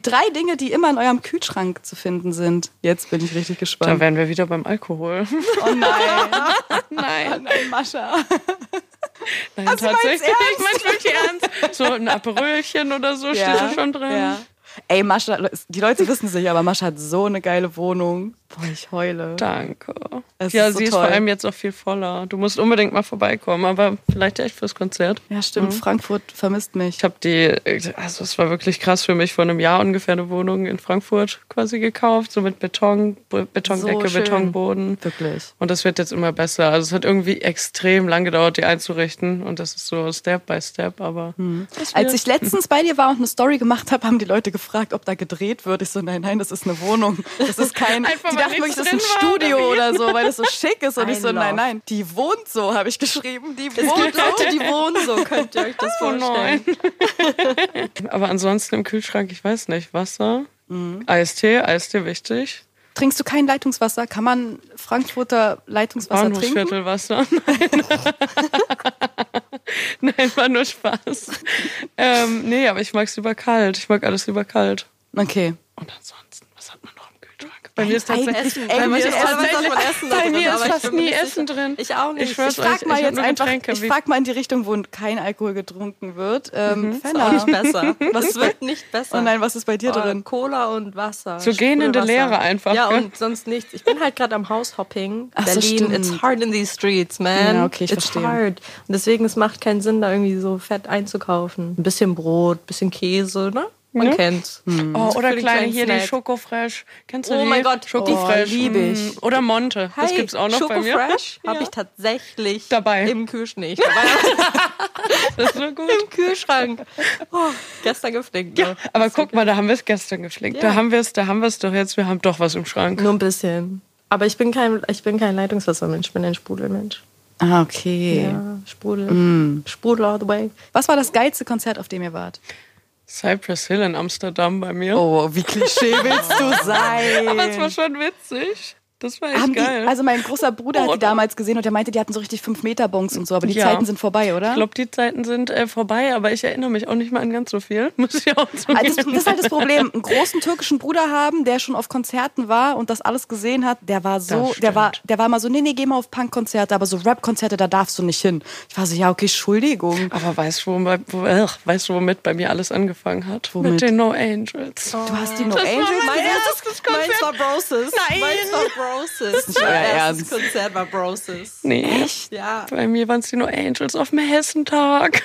Drei Dinge, die immer in eurem Kühlschrank zu finden sind. Jetzt bin ich richtig Da gespannt. wären wir wieder beim Alkohol. Oh nein. Nein. Oh nein, Mascha. Nein, Also, du meinst tatsächlich. ernst? Ich mein's wirklich ernst. So ein Aperölchen oder so steht da schon drin. Ja. Ey, Mascha, die Leute wissen es nicht, aber Mascha hat so eine geile Wohnung. Boah, ich heule. Danke. Es ja, ist so sie ist toll. vor allem jetzt auch viel voller. Du musst unbedingt mal vorbeikommen, aber vielleicht echt fürs Konzert. Ja, stimmt. Frankfurt vermisst mich. Ich habe die, also es war wirklich krass für mich, vor einem Jahr ungefähr eine Wohnung in Frankfurt quasi gekauft, so mit Beton, Be- Betondecke, schön. Betonboden. Wirklich. Und das wird jetzt immer besser. Also es hat irgendwie extrem lang gedauert, die einzurichten. Und das ist so Step by Step, aber Hm. Als ich letztens bei dir war und eine Story gemacht habe, haben die Leute gefragt, ob da gedreht wird. Ich so, nein, nein, das ist eine Wohnung. Das ist kein. Einfach die weil dachten wirklich, nichts das ist ein drin war, oder Studio wie? oder, so, weil es so schick ist. Und ich I so, nein, love. nein, die wohnt so, habe ich geschrieben. Die Es wohnt gibt so. Leute, die wohnen so, könnt ihr euch das Oh vorstellen. aber ansonsten im Kühlschrank, ich weiß nicht, Wasser, Eistee, Eistee wichtig, Trinkst du kein Leitungswasser? Kann man Frankfurter Leitungswasser trinken? Bahnhofsviertel Wasser. Nein. Nein, war nur Spaß. Ähm, nee, aber ich mag es lieber kalt. Ich mag alles lieber kalt. Okay. Und ansonsten, was hat man noch im Kühlschrank? Bei mir ist Ein tatsächlich Essen. Bei Ey, mir wir ist essen teilweise tatsächlich- auch mal Essen da Bei drin, mir ist aber ich fast bin mir nie nicht Essen sicher. drin. Ich auch nicht. Ich schwör's Ich frag euch, mal ich hab jetzt nur einfach, Getränke, ich wie- frag mal in die Richtung, wo kein Alkohol getrunken wird. Ähm, Ist Genau. auch nicht Fenner. besser. Das wird nicht besser. Oh nein, was ist bei dir Äh, drin? Cola und Wasser. So gähnende Sprühwasser. Leere einfach, Ja, gell? und sonst nichts. Ich bin halt gerade am Haushopping. Ach so, Berlin, stimmt. it's hard in these streets, man. Ja, okay, ich it's verstehe. hard. Und deswegen, es macht keinen Sinn, da irgendwie so fett einzukaufen. Ein bisschen Brot, ein bisschen Käse, ne? Man Ja. kennt's. Oh, oder Für den kleine kleinen hier, die Snack. Schokofresh. Kennst du Oh die? mein Gott, die Schokofresh. lieb ich. Mm, Oder Monte. das Hi, gibt's auch noch Schoko bei mir. Fresh habe Ja. ich tatsächlich Dabei. im Kühlschrank. Nicht dabei, Das ist nur gut. im Kühlschrank. Oh, gestern geflinkt. Ja, ne? aber guck mal, da haben wir es gestern geflinkt. Da Ja. haben wir es, da haben wir es doch jetzt. Wir haben doch was im Schrank. Nur ein bisschen. Aber ich bin kein, ich bin kein Leitungswassermensch, ich bin ein Sprudelmensch. Ah, okay. Ja, Sprudel. Sprudel all the way. Was war das geilste Konzert, auf dem ihr wart? Cypress Hill in Amsterdam bei mir. Oh, wie Klischee willst du Aber es sein? war schon witzig. Das war echt Haben die, geil. also mein großer Bruder hat Oh. die damals gesehen und der meinte, die hatten so richtig 5-Meter-Bongs und so, aber die Ja. Zeiten sind vorbei, oder? ich glaube, die Zeiten sind äh, vorbei, aber ich erinnere mich auch nicht mal an ganz so viel. Muss ich auch Ah, das, das zugeben. ist halt das Problem. Einen großen türkischen Bruder haben, der schon auf Konzerten war und das alles gesehen hat, der war so, stimmt. der war, der war mal so, nee, nee, geh mal auf Punk-Konzerte, aber so Rap-Konzerte, da darfst du nicht hin. Ich war so, ja, okay, Entschuldigung. Aber weißt du, womit, wo, ach, weißt du, womit bei mir alles angefangen hat? Womit? Oh. Mit den No Angels. Du hast die No Das war Angels. mein gesehen? erstes Konzert. Meins war Broses. Nein. Meins war nicht Broses. euer mein Ernst. erstes Konzert war Broses. Nee. Echt? Ja. Bei mir waren es die No Angels auf dem Hessentag.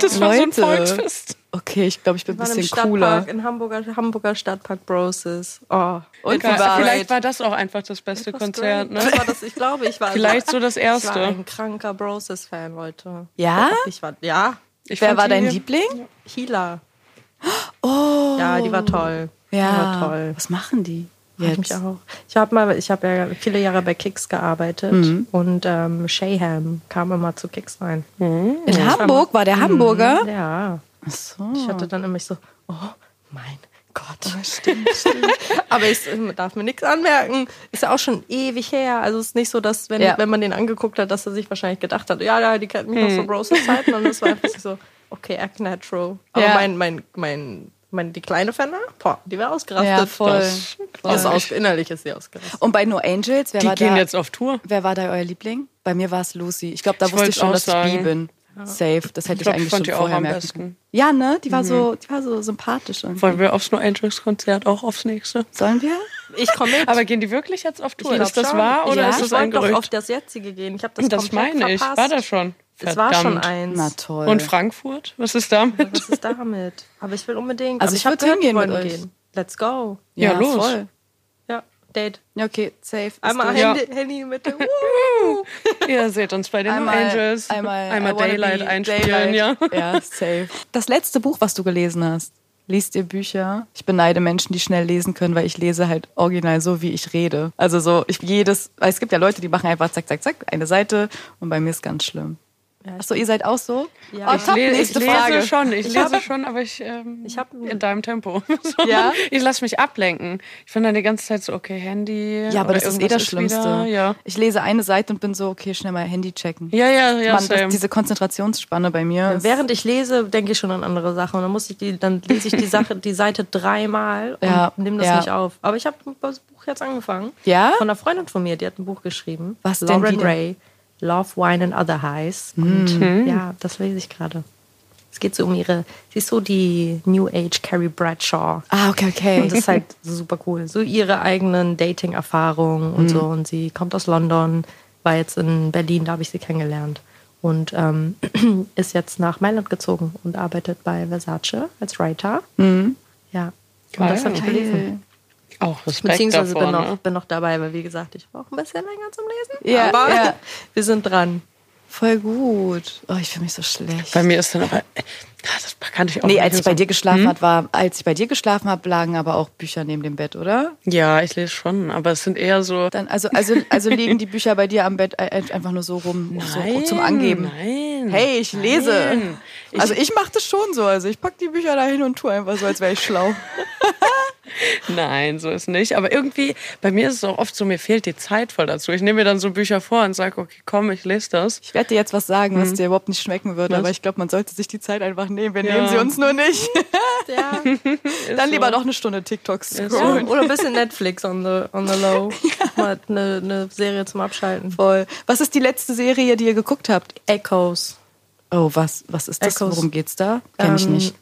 Das war Leute. so ein Volksfest. Okay, ich glaube, ich bin ein War im bisschen Stadtpark, cooler. in Hamburger, Hamburger Stadtpark Broses. Oh. Und it war- was Ja, vielleicht great. war das auch einfach das beste It was Konzert. great. Ne? Das war das, ich glaube, ich war Vielleicht so das Ich war erste. ein kranker Broses-Fan, Leute. Ja? Ich war, ja, Ich Wer fand war die- dein Liebling? Hila. Oh. Ja, die war toll. Die war toll. Was machen die? Ich mich auch. Ich habe mal, ich habe ja viele Jahre bei Kicks gearbeitet Mhm. und ähm, Shayham kam immer zu Kicks rein. In Hamburg war der Mhm. Hamburger. Ja. Ach Ich so. hatte dann immer so, oh mein Gott. Aber ich ähm, darf mir nichts anmerken. Ist ja auch schon ewig her. Also es ist nicht so, dass wenn, Ja. wenn man den angeguckt hat, dass er sich wahrscheinlich gedacht hat, ja, ja, die kennt mich noch so Bros Zeiten. Und es war einfach so, okay, act natural. Aber Ja. mein, mein, mein, mein, die kleine Fenner, boah, die war ausgerastet. Ja, voll. Das- Die Ist aus, innerlich ist sie ausgerastet. Und bei No Angels, wer Die war gehen da? jetzt auf Tour. Wer war da euer Liebling? Bei mir war es Lucy. Ich glaube, da Ich wusste ich wollt's schon, auch dass ich sagen. bi bin. Safe, das hätte ich, glaub, ich eigentlich fand schon die auch vorher am merken besten. Mhm. können. Ja, ne? Die war so, die war so sympathisch. irgendwie. Wollen wir aufs No Angels Konzert auch aufs nächste? Sollen wir? Ich komme mit. Aber gehen die wirklich jetzt auf Tour? Ich glaub Ist das schon. wahr oder Ja. ist ich das ein wollte doch auf Gerücht? das jetzige gehen. Ich habe das, Das komplett meine ich. verpasst. War das schon? Es war schon Verdammt. eins. Na toll. Und Frankfurt? Was ist damit? Was ist damit? Aber ich will unbedingt. Also aber ich hab würd gehört, die hingehen mit wollen euch. Let's go. Ja, los. Ja, Date. Ja, okay, safe. ist Einmal durch. Ja. Handy, Handy mit dem. Ihr seht uns bei den No Einmal, Genau, Angels. einmal, I wanna Daylight be einspielen, Daylight. ja. Ja, safe. Das letzte Buch, was du gelesen hast. Liest ihr Bücher? Ich beneide Menschen, die schnell lesen können, weil ich lese halt original so, wie ich rede. Also so, ich jedes, weil es gibt ja Leute, die machen einfach zack, zack, zack, eine Seite und bei mir ist ganz schlimm. Achso, ihr seid auch so? Ja. oh, Ich top, Le- nächste ich lese Frage. schon, ich, lese schon, aber ich, ähm, Ich hab- in deinem Tempo. So. Ja? Ich lasse mich ablenken. Ich bin dann die ganze Zeit so, okay, Handy. Ja, aber oder das ist eh irgendwas das Schlimmste. wieder, ja. Ich lese eine Seite und bin so, okay, schnell mal Handy checken. ja, ja, ja. Mann, das, same. diese Konzentrationsspanne bei mir. ist- Während ich lese, denke ich schon an andere Sachen. Und dann muss ich die, dann lese ich die Sache, die Seite dreimal und Ja, nehme das ja. nicht auf. Aber ich habe das Buch jetzt angefangen. Ja? Von einer Freundin von mir, die hat ein Buch geschrieben. Was denn Lauren die denn? Mhm. Ray, Love, Wine and Other Highs. Und ja, das lese ich gerade. Es geht so um ihre, sie ist so die New Age Carrie Bradshaw. Ah, okay, okay. Und das ist halt super cool. So ihre eigenen Dating-Erfahrungen und so. Und sie kommt aus London, war jetzt in Berlin, da habe ich sie kennengelernt. Und ähm, ist jetzt nach Mailand gezogen und arbeitet bei Versace als Writer. Ja. Und das Geil. habe ich gelesen. Auch Respekt Beziehungsweise davor, bin, noch, ne? bin noch dabei, weil wie gesagt, ich brauche ein bisschen länger zum Lesen. Ja, aber ja. wir sind dran. Voll gut. Oh, ich fühle mich so schlecht. Bei mir ist dann aber, äh, das kann ich auch nee, nicht als ich so- bei dir geschlafen hat, war, als ich bei dir geschlafen habe, lagen aber auch Bücher neben dem Bett, oder? Ja, ich lese schon, aber es sind eher so. Dann, also, also, also liegen die Bücher bei dir am Bett ein- ein- einfach nur so rum, so zum Angeben. Nein. Hey, ich lese. Nein. Ich, also ich mache das schon so. Also ich pack die Bücher da hin und tue einfach so, als wäre ich schlau. nein, so ist nicht. Aber irgendwie, bei mir ist es auch oft so, mir fehlt die Zeit voll dazu. Ich nehme mir dann so Bücher vor und sage, okay, komm, ich lese das. Ich werde dir jetzt was sagen, Hm. was dir überhaupt nicht schmecken würde, Was? aber ich glaube, man sollte sich die Zeit einfach nehmen. Wir Ja. nehmen sie uns nur nicht. Ja. Dann so. lieber noch eine Stunde TikToks so. scrollen. Ja, oder ein bisschen Netflix on the, on the low. Mal eine, eine Serie zum Abschalten. Voll. Was ist die letzte Serie, die ihr geguckt habt? Echoes. Oh, was, was ist das? Echoes. Worum geht's da? Kenn ich Ähm, nicht.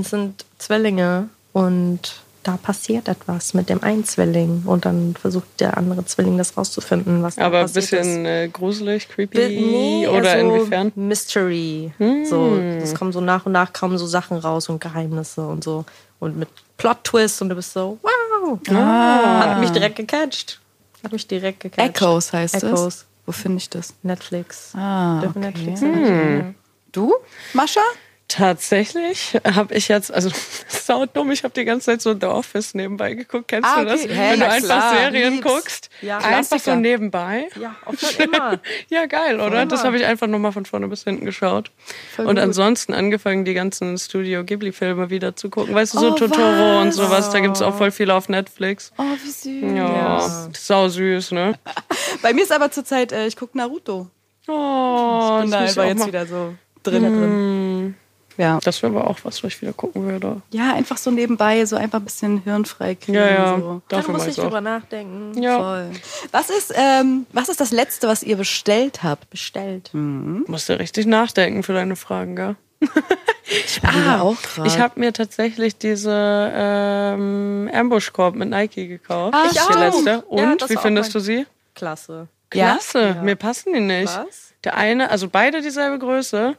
es sind Zwillinge und da passiert etwas mit dem einen Zwilling und dann versucht der andere Zwilling das rauszufinden, was Aber da ein passiert ist. bisschen äh, gruselig, creepy Bi- nee, oder also eher so inwiefern? Hm. Mystery. So, es kommen so nach und nach kommen so Sachen raus und Geheimnisse und so und mit Plot Twist und du bist so wow. Ah. Hat mich direkt gecatcht. Hat mich direkt gecatcht. Echoes heißt Echoes. es. Wo finde ich das? Netflix. Ah, Dürfen okay. Netflix hm. Du, Mascha? Tatsächlich habe ich jetzt, also sau dumm, ich habe die ganze Zeit so The Office nebenbei geguckt. Kennst Ah, du okay. das? Hä, Wenn na du einfach klar. Serien Lieb's. guckst, Ja. einfach so Klassiker. nebenbei. Ja, auch schon immer. Ja, geil, oder? Das immer. habe ich einfach nochmal von vorne bis hinten geschaut. Voll und gut. ansonsten angefangen, die ganzen Studio Ghibli-Filme wieder zu gucken. Weißt du, so Oh, Totoro und was? sowas, da gibt's auch voll viel auf Netflix. Oh, wie süß. Ja, sau süß, ne? Bei mir ist aber zurzeit, äh, ich gucke Naruto. Oh, Und das muss da ich war auch jetzt mal- Hm. wieder so drin. drin. Ja. Das wäre aber auch was, was ich wieder gucken würde. ja, einfach so nebenbei, so einfach ein bisschen hirnfrei kriegen. Ja, ja, So. Dann Also, dafür muss mal ich so. drüber nachdenken. Ja, Voll. Was ist, ähm, was ist das Letzte, was ihr bestellt habt? Mhm. Bestellt. musst du richtig nachdenken für deine Fragen, gell? Ich ah, auch gerade. Ich habe mir tatsächlich diese ähm, Ambush-Korb mit Nike gekauft. Ah, die stimmt. letzte. Und, Ja, das wie war auch findest mein- du sie? Klasse. Ja? Klasse, mir passen die nicht. Was? Der eine, also beide dieselbe Größe.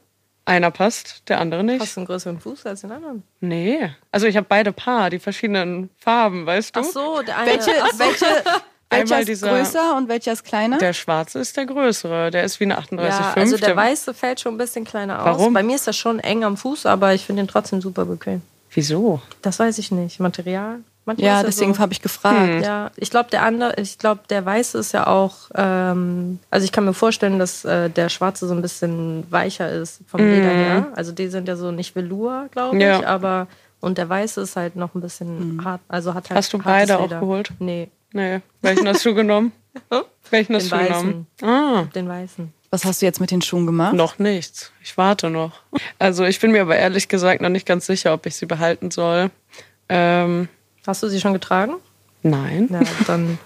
Einer passt, der andere nicht. Hast du einen größeren Fuß als den anderen? Nee. Also ich habe beide Paar, die verschiedenen Farben, weißt du? Ach so, der eine. welche, ach so. welche, welcher Einmal ist dieser- größer und welcher ist kleiner? Der schwarze ist der größere, der ist wie eine 38,5. Ja, also der weiße fällt schon ein bisschen kleiner aus. Warum? Bei mir ist das schon eng am Fuß, aber ich finde den trotzdem super bequem. Wieso? Das weiß ich nicht. Material? Manchmal ja, ist er deswegen so, habe ich Hm. gefragt. Ja, ich glaube, der andere, ich glaube, der weiße ist ja auch, ähm, also ich kann mir vorstellen, dass äh, der schwarze so ein bisschen weicher ist vom Leder her. Also die sind ja so nicht Velour, glaube ich, Mhm. Ja. Mhm. aber und der weiße ist halt noch ein bisschen hart, also hat halt Hast du hartes beide auch Leder. geholt? Nee, Nee. Welchen hast du genommen? Welchen hast Den du genommen? Ah. den weißen. Was hast du jetzt mit den Schuhen gemacht? Noch nichts. Ich warte noch. Also ich bin mir aber ehrlich gesagt noch nicht ganz sicher, ob ich sie behalten soll. Ähm, Hast du sie schon getragen? nein. Ja, dann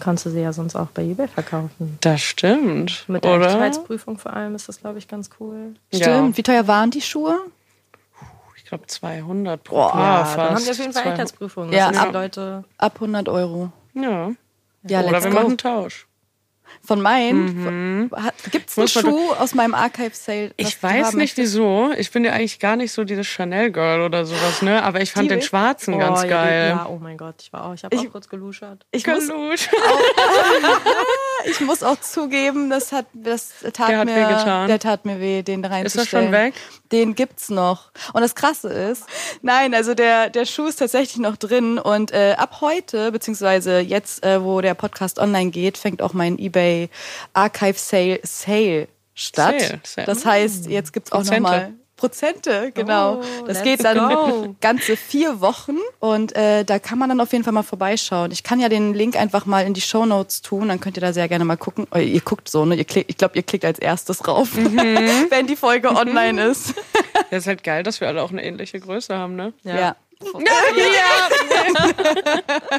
kannst du sie ja sonst auch bei eBay verkaufen. Das stimmt. Mit der oder? Sicherheitsprüfung vor allem ist das, glaube ich, ganz cool. Stimmt. Wie teuer waren die Schuhe? Ich glaube 200 pro Paar fast. dann haben wir auf jeden Fall 200. Sicherheitsprüfungen. Ja, Ja, das sind ab- die Leute. Ab 100 Euro. Ja. Ja, Oder let's wir go. machen einen Tausch. Von meinen? Gibt es einen Muss man- Schuh aus meinem Archive-Sale? was Ich du weiß haben nicht möchtest? wieso. Ich bin ja eigentlich gar nicht so dieses Chanel-Girl oder sowas, ne? Aber ich fand Die den will- schwarzen ganz oh, ja, geil. Ja, oh mein Gott, ich war auch, ich habe auch kurz geluschert. Ich muss, Gelut. ich muss auch zugeben, das hat, das tat Der hat mir, wehgetan. der tat mir weh, den reinzustellen. Ist das schon weg? Den gibt's noch. Und das Krasse ist, nein, also der, der Schuh ist tatsächlich noch drin und äh, ab heute, beziehungsweise jetzt, äh, wo der Podcast online geht, fängt auch mein eBay Archive Sale, Sale statt. Sale, Sale. Das heißt, jetzt gibt's auch Prozente. nochmal Prozente, genau. Oh, das let's geht dann go. ganze vier Wochen und äh, da kann man dann auf jeden Fall mal vorbeischauen. Ich kann ja den Link einfach mal in die Show Notes tun, dann könnt ihr da sehr gerne mal gucken. Oh, ihr guckt so, ne? Ihr klick, ich glaube, ihr klickt als erstes rauf, Mhm. wenn die Folge online ist. Das ist halt geil, dass wir alle auch eine ähnliche Größe haben, ne? Ja. ja. Ey, Äh, aber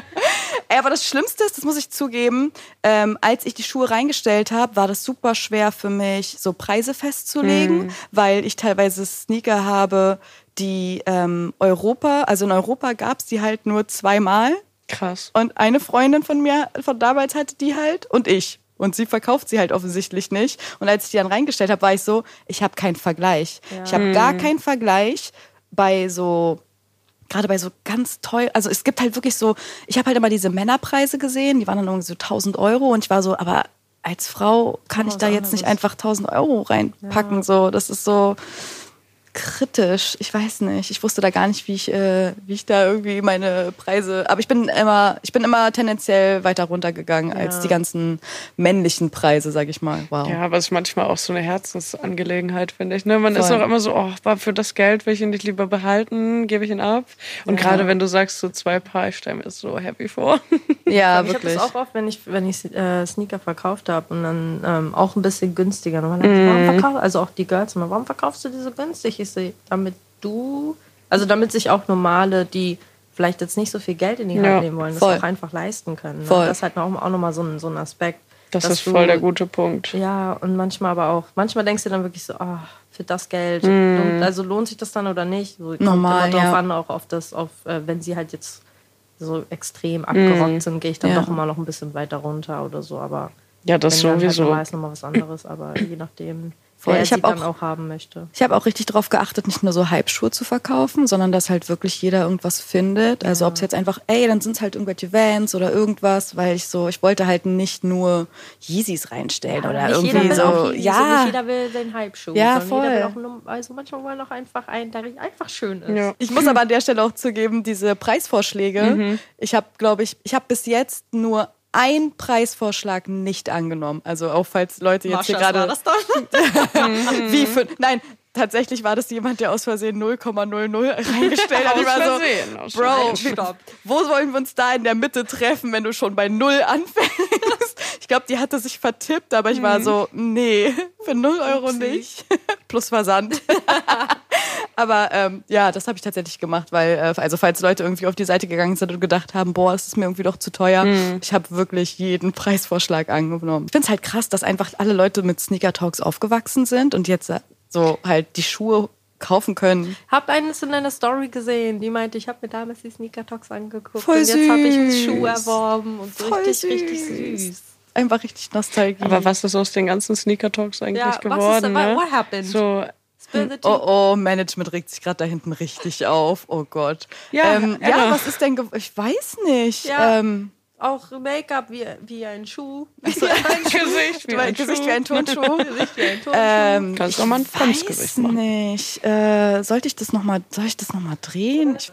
Aber das Schlimmste ist, das muss ich zugeben, ähm, als ich die Schuhe reingestellt habe, war das super schwer für mich, so Preise festzulegen, Mhm. weil ich teilweise Sneaker habe, die ähm, Europa, also in Europa gab es die halt nur zweimal. Krass. Und eine Freundin von mir von damals hatte die halt und ich. Und sie verkauft sie halt offensichtlich nicht. Und als ich die dann reingestellt habe, war ich so, ich habe keinen Vergleich. Ich habe gar keinen Vergleich bei so, gerade bei so ganz teuer. Also es gibt halt wirklich so, ich habe halt immer diese Männerpreise gesehen, die waren dann irgendwie so 1000 Euro. Und ich war so, aber als Frau kann ich da jetzt nicht einfach 1000 Euro reinpacken. So, das ist so kritisch. Ich weiß nicht. Ich wusste da gar nicht, wie ich, äh, wie ich da irgendwie meine Preise. Aber ich bin immer, ich bin immer tendenziell weiter runtergegangen als die ganzen männlichen Preise, sag ich mal. Wow. Genau. Ja, aber es ist manchmal auch so eine Herzensangelegenheit, finde ich. Ne? Man ist Voll. auch immer so, oh, aber für das Geld will ich ihn nicht lieber behalten, gebe ich ihn ab. Und gerade wenn du sagst, so zwei Paar, ich stelle mir das so happy vor. Ja, ich habe wirklich. das auch oft, wenn ich, wenn ich äh, Sneaker verkauft habe und dann ähm, auch ein bisschen günstiger. Und dann dachte ich, Mhm. warum verkauf, also auch die Girls immer, warum verkaufst du die so günstig? Ich so, damit du, also damit sich auch normale, die vielleicht jetzt nicht so viel Geld in die Hand Ja, nehmen wollen, das voll. auch einfach leisten können. Ne? Voll. Das ist halt auch, auch nochmal so ein, so ein Aspekt. Das dass ist du- voll der gute Punkt. Ja, und manchmal aber auch, manchmal denkst du dann wirklich so, ah, für das Geld, lohnt- also lohnt sich das dann oder nicht? So, kommt Mm. Normal, immer drauf ja. an, auch auf das, auf, äh, wenn sie halt jetzt so extrem abgerockt sind, gehe ich dann Mm. Ja. doch immer noch ein bisschen weiter runter oder so, aber Ja, das wenn sowieso. Dann halt normal ist nochmal was anderes, aber je nachdem, Voll, wer ich sie hab auch- dann auch haben möchte. Ich habe auch richtig drauf geachtet, nicht nur so Hype-Schuhe zu verkaufen, sondern dass halt wirklich jeder irgendwas findet. Also ob es jetzt einfach, ey, dann sind es halt irgendwelche Vans oder irgendwas, weil ich so, ich wollte halt nicht nur Yeezys reinstellen oder Nicht jeder irgendwie will auch so. Yeezys und ja, Nicht jeder will den Hype-Schuh. Ja, sondern Jeder will auch voll. nur, also manchmal wollen auch einfach einen, der einfach schön ist. Ja. Ich muss aber an der Stelle auch zugeben, diese Preisvorschläge, Mhm. ich habe, glaube ich, ich habe bis jetzt nur einen Preisvorschlag nicht angenommen. Also auch falls Leute jetzt hier Marshalls war gerade das dann? Mhm. wie für, nein, tatsächlich war das jemand, der aus Versehen 0,00 reingestellt hat. Ich Aus war Versehen, aus so, Bro, Versehen. stopp. Wo wollen wir uns da in der Mitte treffen, wenn du schon bei null anfängst? Ich glaube, die hatte sich vertippt, aber ich Mhm. war so, nee, für 0 Euro nicht. Plus Versand. Aber ähm, ja, das habe ich tatsächlich gemacht, weil, äh, also falls Leute irgendwie auf die Seite gegangen sind und gedacht haben, boah, es ist mir irgendwie doch zu teuer, ich habe wirklich jeden Preisvorschlag angenommen. Ich finde es halt krass, dass einfach alle Leute mit Sneaker Talks aufgewachsen sind und jetzt äh, so halt die Schuhe kaufen können. Hab eines in deiner Story gesehen, die meinte, ich habe mir damals die Sneaker Talks angeguckt Voll und jetzt habe ich einen süß. Schuh erworben und so Voll richtig, süß. richtig süß. Einfach richtig Nostalgie. Aber was ist aus den ganzen Sneaker Talks eigentlich Ja, was ist geworden? denn- ne? what happened? So, Spill the tea. Oh oh, Management regt sich gerade da hinten richtig auf. Oh Gott. Ja, ähm, Emma. ja was ist denn, ge- ich weiß nicht. Ja. Ähm, Auch Make-up wie, wie ein Schuh. Gesicht, wie ein Gesicht Schuh. wie ein Turnschuh. Wie ein Turnschuh. Ähm, Kannst auch mal ein fremdes Gesicht machen. nicht. Äh, sollte ich das nochmal, soll ich das noch mal drehen? Ich,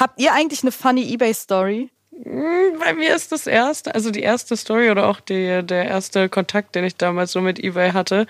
habt ihr eigentlich eine funny Ebay-Story? Bei mir ist das erste, also die erste Story oder auch die, der erste Kontakt, den ich damals so mit eBay hatte,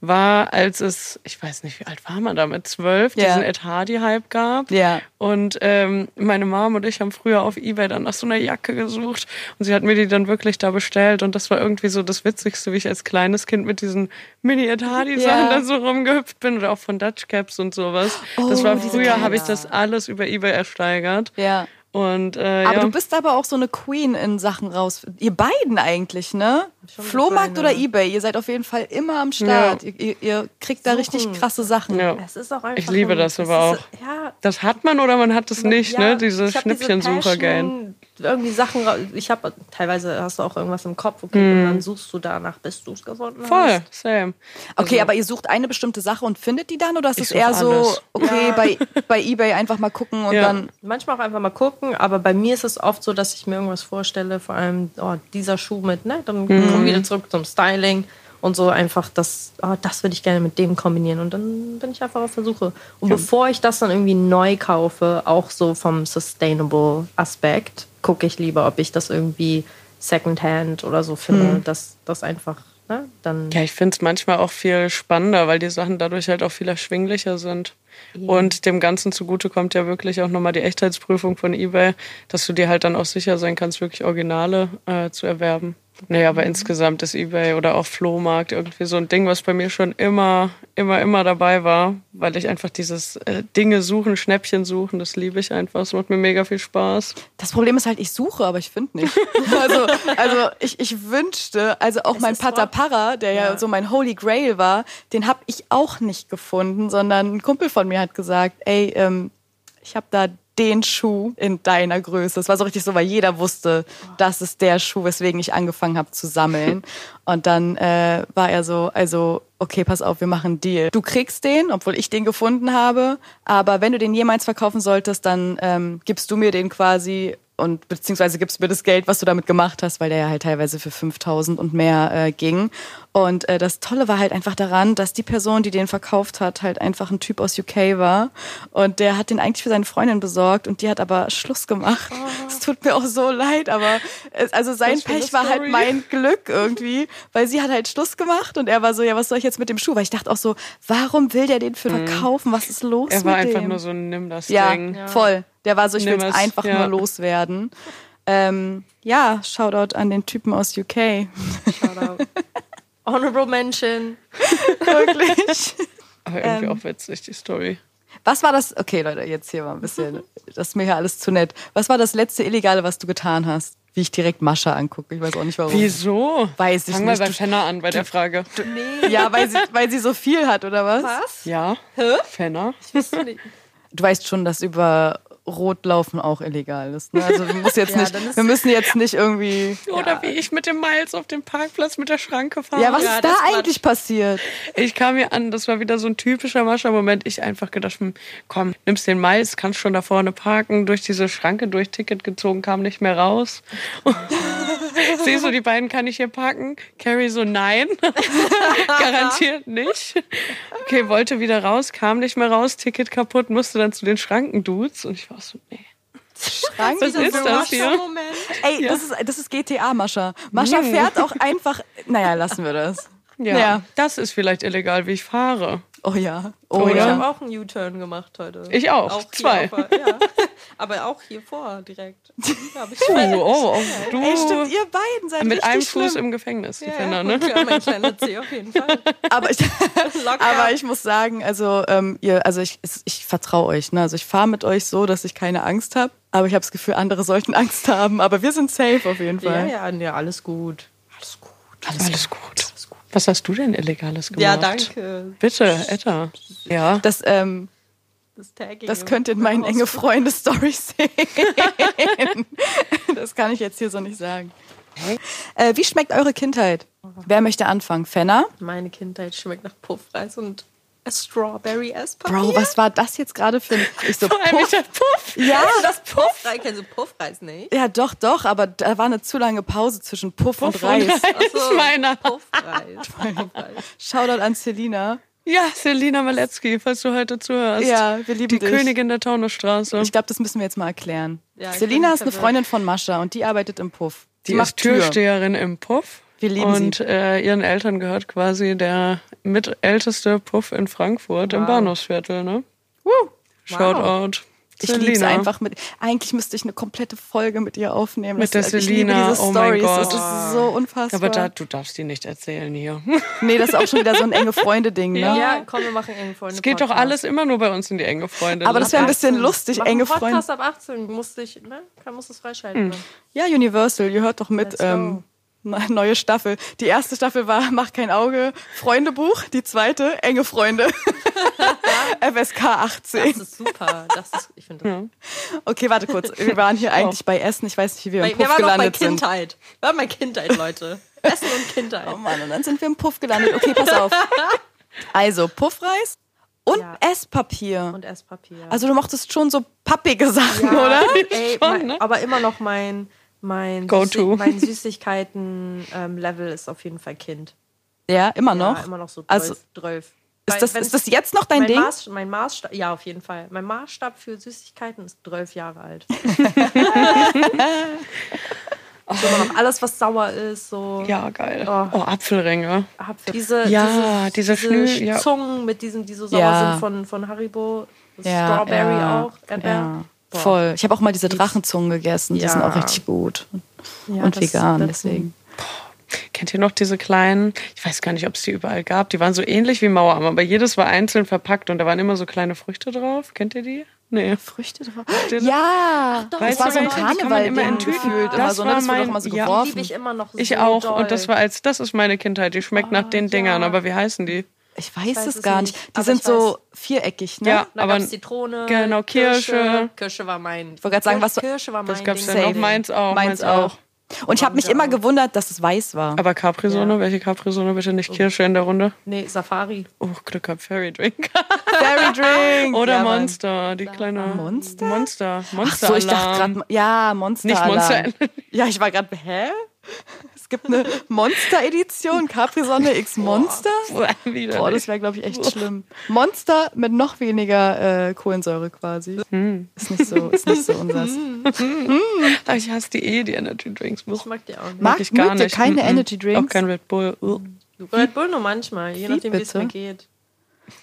war, als es, ich weiß nicht, wie alt war man da, mit zwölf, Ja. diesen Ed Hardy-Hype gab. Ja. Und ähm, meine Mom und ich haben früher auf eBay dann nach so einer Jacke gesucht und sie hat mir die dann wirklich da bestellt und das war irgendwie so das Witzigste, wie ich als kleines Kind mit diesen Mini-Ed Hardy-Sachen Ja. da so rumgehüpft bin oder auch von Dutch Caps und sowas. das Oh, war diese früher, habe ich Kleider. das alles über eBay ersteigert. Ja. Und, äh, Aber ja. du bist aber auch so eine Queen in Sachen raus. Ihr beiden eigentlich, ne? Schon Flohmarkt eine oder kleine. Ebay? Ihr seid auf jeden Fall immer am Start. Ihr, ihr, ihr kriegt da richtig Suchen. krasse Sachen. Ja. es ist auch einfach Ich liebe ein- das es aber ist- auch. Ja, Das hat man oder man hat es nicht, ja, ne? Diese ich hab Schnippchensucher-Game. Passion, Irgendwie Sachen, ra- ich habe teilweise hast du auch irgendwas im Kopf okay, und dann suchst du danach, bis du es gefunden Hm. Voll, hast. same. Okay, aber ihr sucht eine bestimmte Sache und findet die dann? Oder ist also Ich es such eher so, alles. okay, Ja. bei, bei Ebay einfach mal gucken und Ja. dann. Manchmal auch einfach mal gucken, aber bei mir ist es oft so, dass ich mir irgendwas vorstelle, vor allem oh, dieser Schuh mit, ne? Mhm. Dann kommen wir wieder zurück zum Styling und so einfach das, oh, das würde ich gerne mit dem kombinieren und dann bin ich einfach auf der Suche. Und bevor ich das dann irgendwie neu kaufe, auch so vom Sustainable Aspekt, gucke ich lieber, ob ich das irgendwie Secondhand oder so finde, dass das einfach, ne? Dann Mhm. Ja, ich finde es manchmal auch viel spannender, weil die Sachen dadurch halt auch viel erschwinglicher sind. Und dem Ganzen zugute kommt ja wirklich auch nochmal die Echtheitsprüfung von eBay, dass du dir halt dann auch sicher sein kannst, wirklich Originale äh, zu erwerben. Nee, Mhm. aber insgesamt ist Ebay oder auch Flohmarkt irgendwie so ein Ding, was bei mir schon immer, immer, immer dabei war, weil ich einfach dieses äh, Dinge suchen, Schnäppchen suchen, das liebe ich einfach. Es macht mir mega viel Spaß. Das Problem ist halt, ich suche, aber ich finde nicht. Also, also ich, ich wünschte, also auch mein ist voll- Pataparra, der ja. Ja. so mein Holy Grail war, den habe ich auch nicht gefunden, sondern ein Kumpel von mir hat gesagt, ey, ähm, ich habe da den Schuh in deiner Größe. Das war so richtig so, weil jeder wusste, das ist der Schuh, weswegen ich angefangen habe zu sammeln. Und dann äh, war er so, also okay, pass auf, wir machen einen Deal. Du kriegst den, obwohl ich den gefunden habe, aber wenn du den jemals verkaufen solltest, dann ähm, gibst du mir den quasi und beziehungsweise gibst mir das Geld, was du damit gemacht hast, weil der ja halt teilweise für 5000 und mehr äh, ging. Und äh, das Tolle war halt einfach daran, dass die Person, die den verkauft hat, halt einfach ein Typ aus UK war. Und der hat den eigentlich für seine Freundin besorgt und die hat aber Schluss gemacht. Es tut mir auch so leid, aber es, also sein Oh. Was für eine Pech war halt Story. mein Glück irgendwie, weil sie hat halt Schluss gemacht und er war so, ja, was soll ich jetzt mit dem Schuh? Weil ich dachte auch so, warum will der den für verkaufen? Was ist los Mhm. Er war mit einfach dem? nur so ein Nimm das Ja, Ding. voll. Der war so, ich will Nimm es es, einfach ja. nur loswerden. Ähm, ja, Shoutout an den Typen aus UK. Shoutout. Honorable Mention. Wirklich. Aber irgendwie auch witzig, die Story. Was war das? Okay, Leute, jetzt hier mal ein bisschen. Das ist mir hier alles zu nett. Was war das letzte Illegale, was du getan hast? Wie ich direkt Mascha angucke. Ich weiß auch nicht warum. Wieso? Weiß ich Fang mal nicht. bei Du- Fenner an, bei der Frage. Nee. Ja, weil sie, weil sie so viel hat, oder was? Was? Ja. Fenner? Du weißt schon, dass über Rotlaufen auch illegal ist. Ne? Also wir müssen, jetzt Ja, dann nicht, ist- wir müssen jetzt nicht irgendwie. Oder wie ich mit dem Miles auf dem Parkplatz mit der Schranke fahre. Ja, was Ja, ist da das Quatsch. eigentlich passiert? Ich kam hier an, das war wieder so ein typischer Mascha-Moment. Ich einfach gedacht, hm, komm, nimmst den Mais, kannst schon da vorne parken, durch diese Schranke, durch Ticket gezogen, kam nicht mehr raus. Sieh so, die beiden kann ich hier parken. Carrie so, nein. Garantiert nicht. Okay, wollte wieder raus, kam nicht mehr raus, Ticket kaputt, musste dann zu den Schrankendudes. Und ich war so, nee. Schrank Was ist das hier? Moment. Ey, das, ist, das ist GTA, Mascha. Mascha Nee. fährt auch einfach. Naja, lassen wir das. Ja, Ja. das ist vielleicht illegal, wie ich fahre. Oh ja. Oh, Oh ich ja. habe auch einen U-Turn gemacht heute. Ich auch, hier zwei. auf der- ja. Aber auch hier vor direkt. Da hab ich Oh, oh, oh du. Ey, stimmt, ihr beiden seid mit richtig einem Fuß schlimm. im Gefängnis, die ja, Fender, ja, ne? gut, ja, mein kleiner Zeh auf jeden Fall. Aber ich, Locker. aber ich muss sagen, also ähm, ihr, also ich, es- ich vertraue euch. Ne? Also ich fahre mit euch so, dass ich keine Angst habe. Aber ich habe das Gefühl, andere sollten Angst haben. Aber wir sind safe auf jeden ja, Fall. ja, nee, alles gut. Alles gut. Alles, gut. Was hast du denn Illegales gemacht? Ja, danke. Bitte, Etta. Ja. Das, ähm, Das, Tagging das könnt ihr in meinen enge Freunde-Stories sehen. das kann ich jetzt hier so nicht sagen. Äh, wie schmeckt eure Kindheit? Wer möchte anfangen? Fenner? Meine Kindheit schmeckt nach Puffreis und Strawberry Esspapier. Bro, was war das jetzt gerade für ein. Ich so, Vor allem Puff. ich hab Puff. Ja, das Puffreis? Kennst du Puffreis nicht? ja, doch, doch, aber da war eine zu lange Pause zwischen Puff, und Puff und Reis. Reis. Ach so, Das ist meiner. Puffreis. Puffreis. Shoutout an Selina. Ja, Selina Maletzki, falls du heute zuhörst. Ja, wir lieben Die dich. Königin der Taunusstraße. Ich glaube, das müssen wir jetzt mal erklären. Ja, ich Selina bin ist eine verwirrt. Freundin von Mascha und die arbeitet im Puff. Die macht ist Tür. Türsteherin im Puff. Wir lieben sie. Und äh, ihren Eltern gehört quasi der mitälteste Puff in Frankfurt im Bahnhofsviertel, ne? Woo. Shoutout. Ich liebe es einfach mit. Eigentlich müsste ich eine komplette Folge mit ihr aufnehmen. Mit der ich liebe Selina, diese oh mein Stories. Das Gott. ist so unfassbar. Aber da, du darfst die nicht erzählen hier. nee, das ist auch schon wieder so ein enge Freunde-Ding. Ne? Ja. Ja, komm, wir machen enge Freunde. Es geht doch alles immer nur bei uns in die enge Freunde. Aber das wäre ein bisschen 18. lustig, Mach einen enge Hm. Podcast ab 18 musste ich, ne? Kann muss es freischalten. ne? dann. Ja, Universal, ihr hört doch mit. Let's go. Ähm, ne- neue Staffel. Die erste Staffel war Mach kein Auge, Freundebuch. Die zweite, Enge Freunde. FSK 18. Das ist super. Das ist, ich finde das. Okay, warte kurz. Wir waren hier eigentlich bei Essen. Ich weiß nicht, wie wir im Wir Puff waren doch Oh. bei gelandet sind. Kindheit. Wir waren bei Kindheit, Leute. Essen und Kindheit. Oh Mann, und dann sind wir im Puff gelandet. Okay, pass auf. Also, Puffreis und Ja. Esspapier. Und Esspapier. Also, du mochtest schon so pappige Sachen, oder? Ey, Schon, mein, ne? Aber immer noch mein, mein, Go-to. Süßi- mein Süßigkeiten-Level ist auf jeden Fall Kind. Ja, immer noch. Ja, immer noch so 12. Also, ist das, ist das jetzt noch dein mein Ding? Maß, mein Maßstab, ja, auf jeden Fall. Mein Maßstab für Süßigkeiten ist 12 Jahre alt. so, immer noch alles, was sauer ist, so. Ja, geil. Oh. Oh, Apfelringe. Apfel. Diese, Ja, diese Schnü- ja. Zungen mit diesen, die so sauer Ja. sind von, von Haribo. Ja, Strawberry ja, auch. Erdbeer. Boah. Voll. Ich habe auch mal diese Drachenzungen gegessen. Die sind Ja. auch richtig gut. Ja, und das- vegan, das- deswegen. kennt ihr noch diese kleinen? Ich weiß gar nicht, ob es die überall gab. Die waren so ähnlich wie Mauerarm, aber jedes war einzeln verpackt und da waren immer so kleine Früchte drauf. Kennt ihr die? Nee. Früchte drauf. Früchte- Ja, doch, das Weißt war du, so ein welche? Die kann man Karneval-Ding immer in Tüten. gefühlt. immer Das so, ne? war Das wurde doch mein- immer so ja. geworfen. Liebe ich immer noch so Ich auch. Doll. Und das war als, das ist meine Kindheit. Die schmeckt Ah, nach den Dingern, aber wie heißen die? Ich weiß, weiß es es gar nicht, nicht. Die aber sind ich so viereckig, ne? Ja. Da Aber- gab es Zitrone, Genau, Kirsche. Kirsche. Kirsche war mein. Ich wollte gerade sagen, was- Kirsche war mein Das gab's Ding. dann noch. Safe. Meins auch, Meins, meins auch. Oh, auch. Und ich habe mich Meins immer auch. gewundert, dass es weiß war. Aber Capri-Sonne? Ja. Welche Capri-Sonne? Bitte Oh. nicht Kirsche in der Runde. Nee, Safari. Oh, Glück gehabt, Fairy Drink. Berry Drink! Oder ja, Mann. Monster, die kleine. Monster? Monster. Ach so, ich dachte Monsteralarm. gerade, ja, Monster. Nicht Monster- Alarm. Ja, ich war gerade, hä? Es gibt eine Monster-Edition, Capri-Sonne X Monster? Widerlich. Boah, das wäre, glaube ich, echt schlimm. Monster mit noch weniger äh, Kohlensäure quasi. Hm. Ist nicht so, ist nicht so unseres. Aber ich hasse die eh, die Energy Drinks. Muss Ich mag die auch nicht. Mag, ich mögt gar ihr nicht. keine Mhm. Energy Drinks? Auch kein Red Bull. Uh. Red Bull nur manchmal, je Wie nachdem, wie es bitte? mir geht.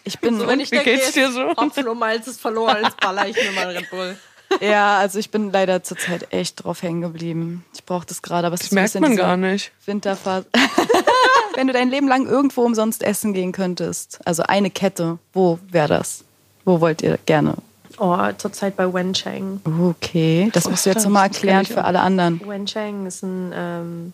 Ich bin, So, wenn ich wie denke, geht's dir so? Hopfen und Malz ist verloren, jetzt baller ich mir mal Red Bull. ja, also ich bin leider zurzeit echt drauf hängen geblieben. Ich brauche das gerade, aber es Das ist ein merkt bisschen man diese gar nicht. Winterphase. Wenn du dein Leben lang irgendwo umsonst essen gehen könntest, also eine Kette, wo wäre das? Wo wollt ihr gerne? Uh, Oh, zurzeit bei Wenchang. Okay, das musst du jetzt stimmt, nochmal das erklären kenn ich für auch. alle anderen. Wenchang ist ein ähm,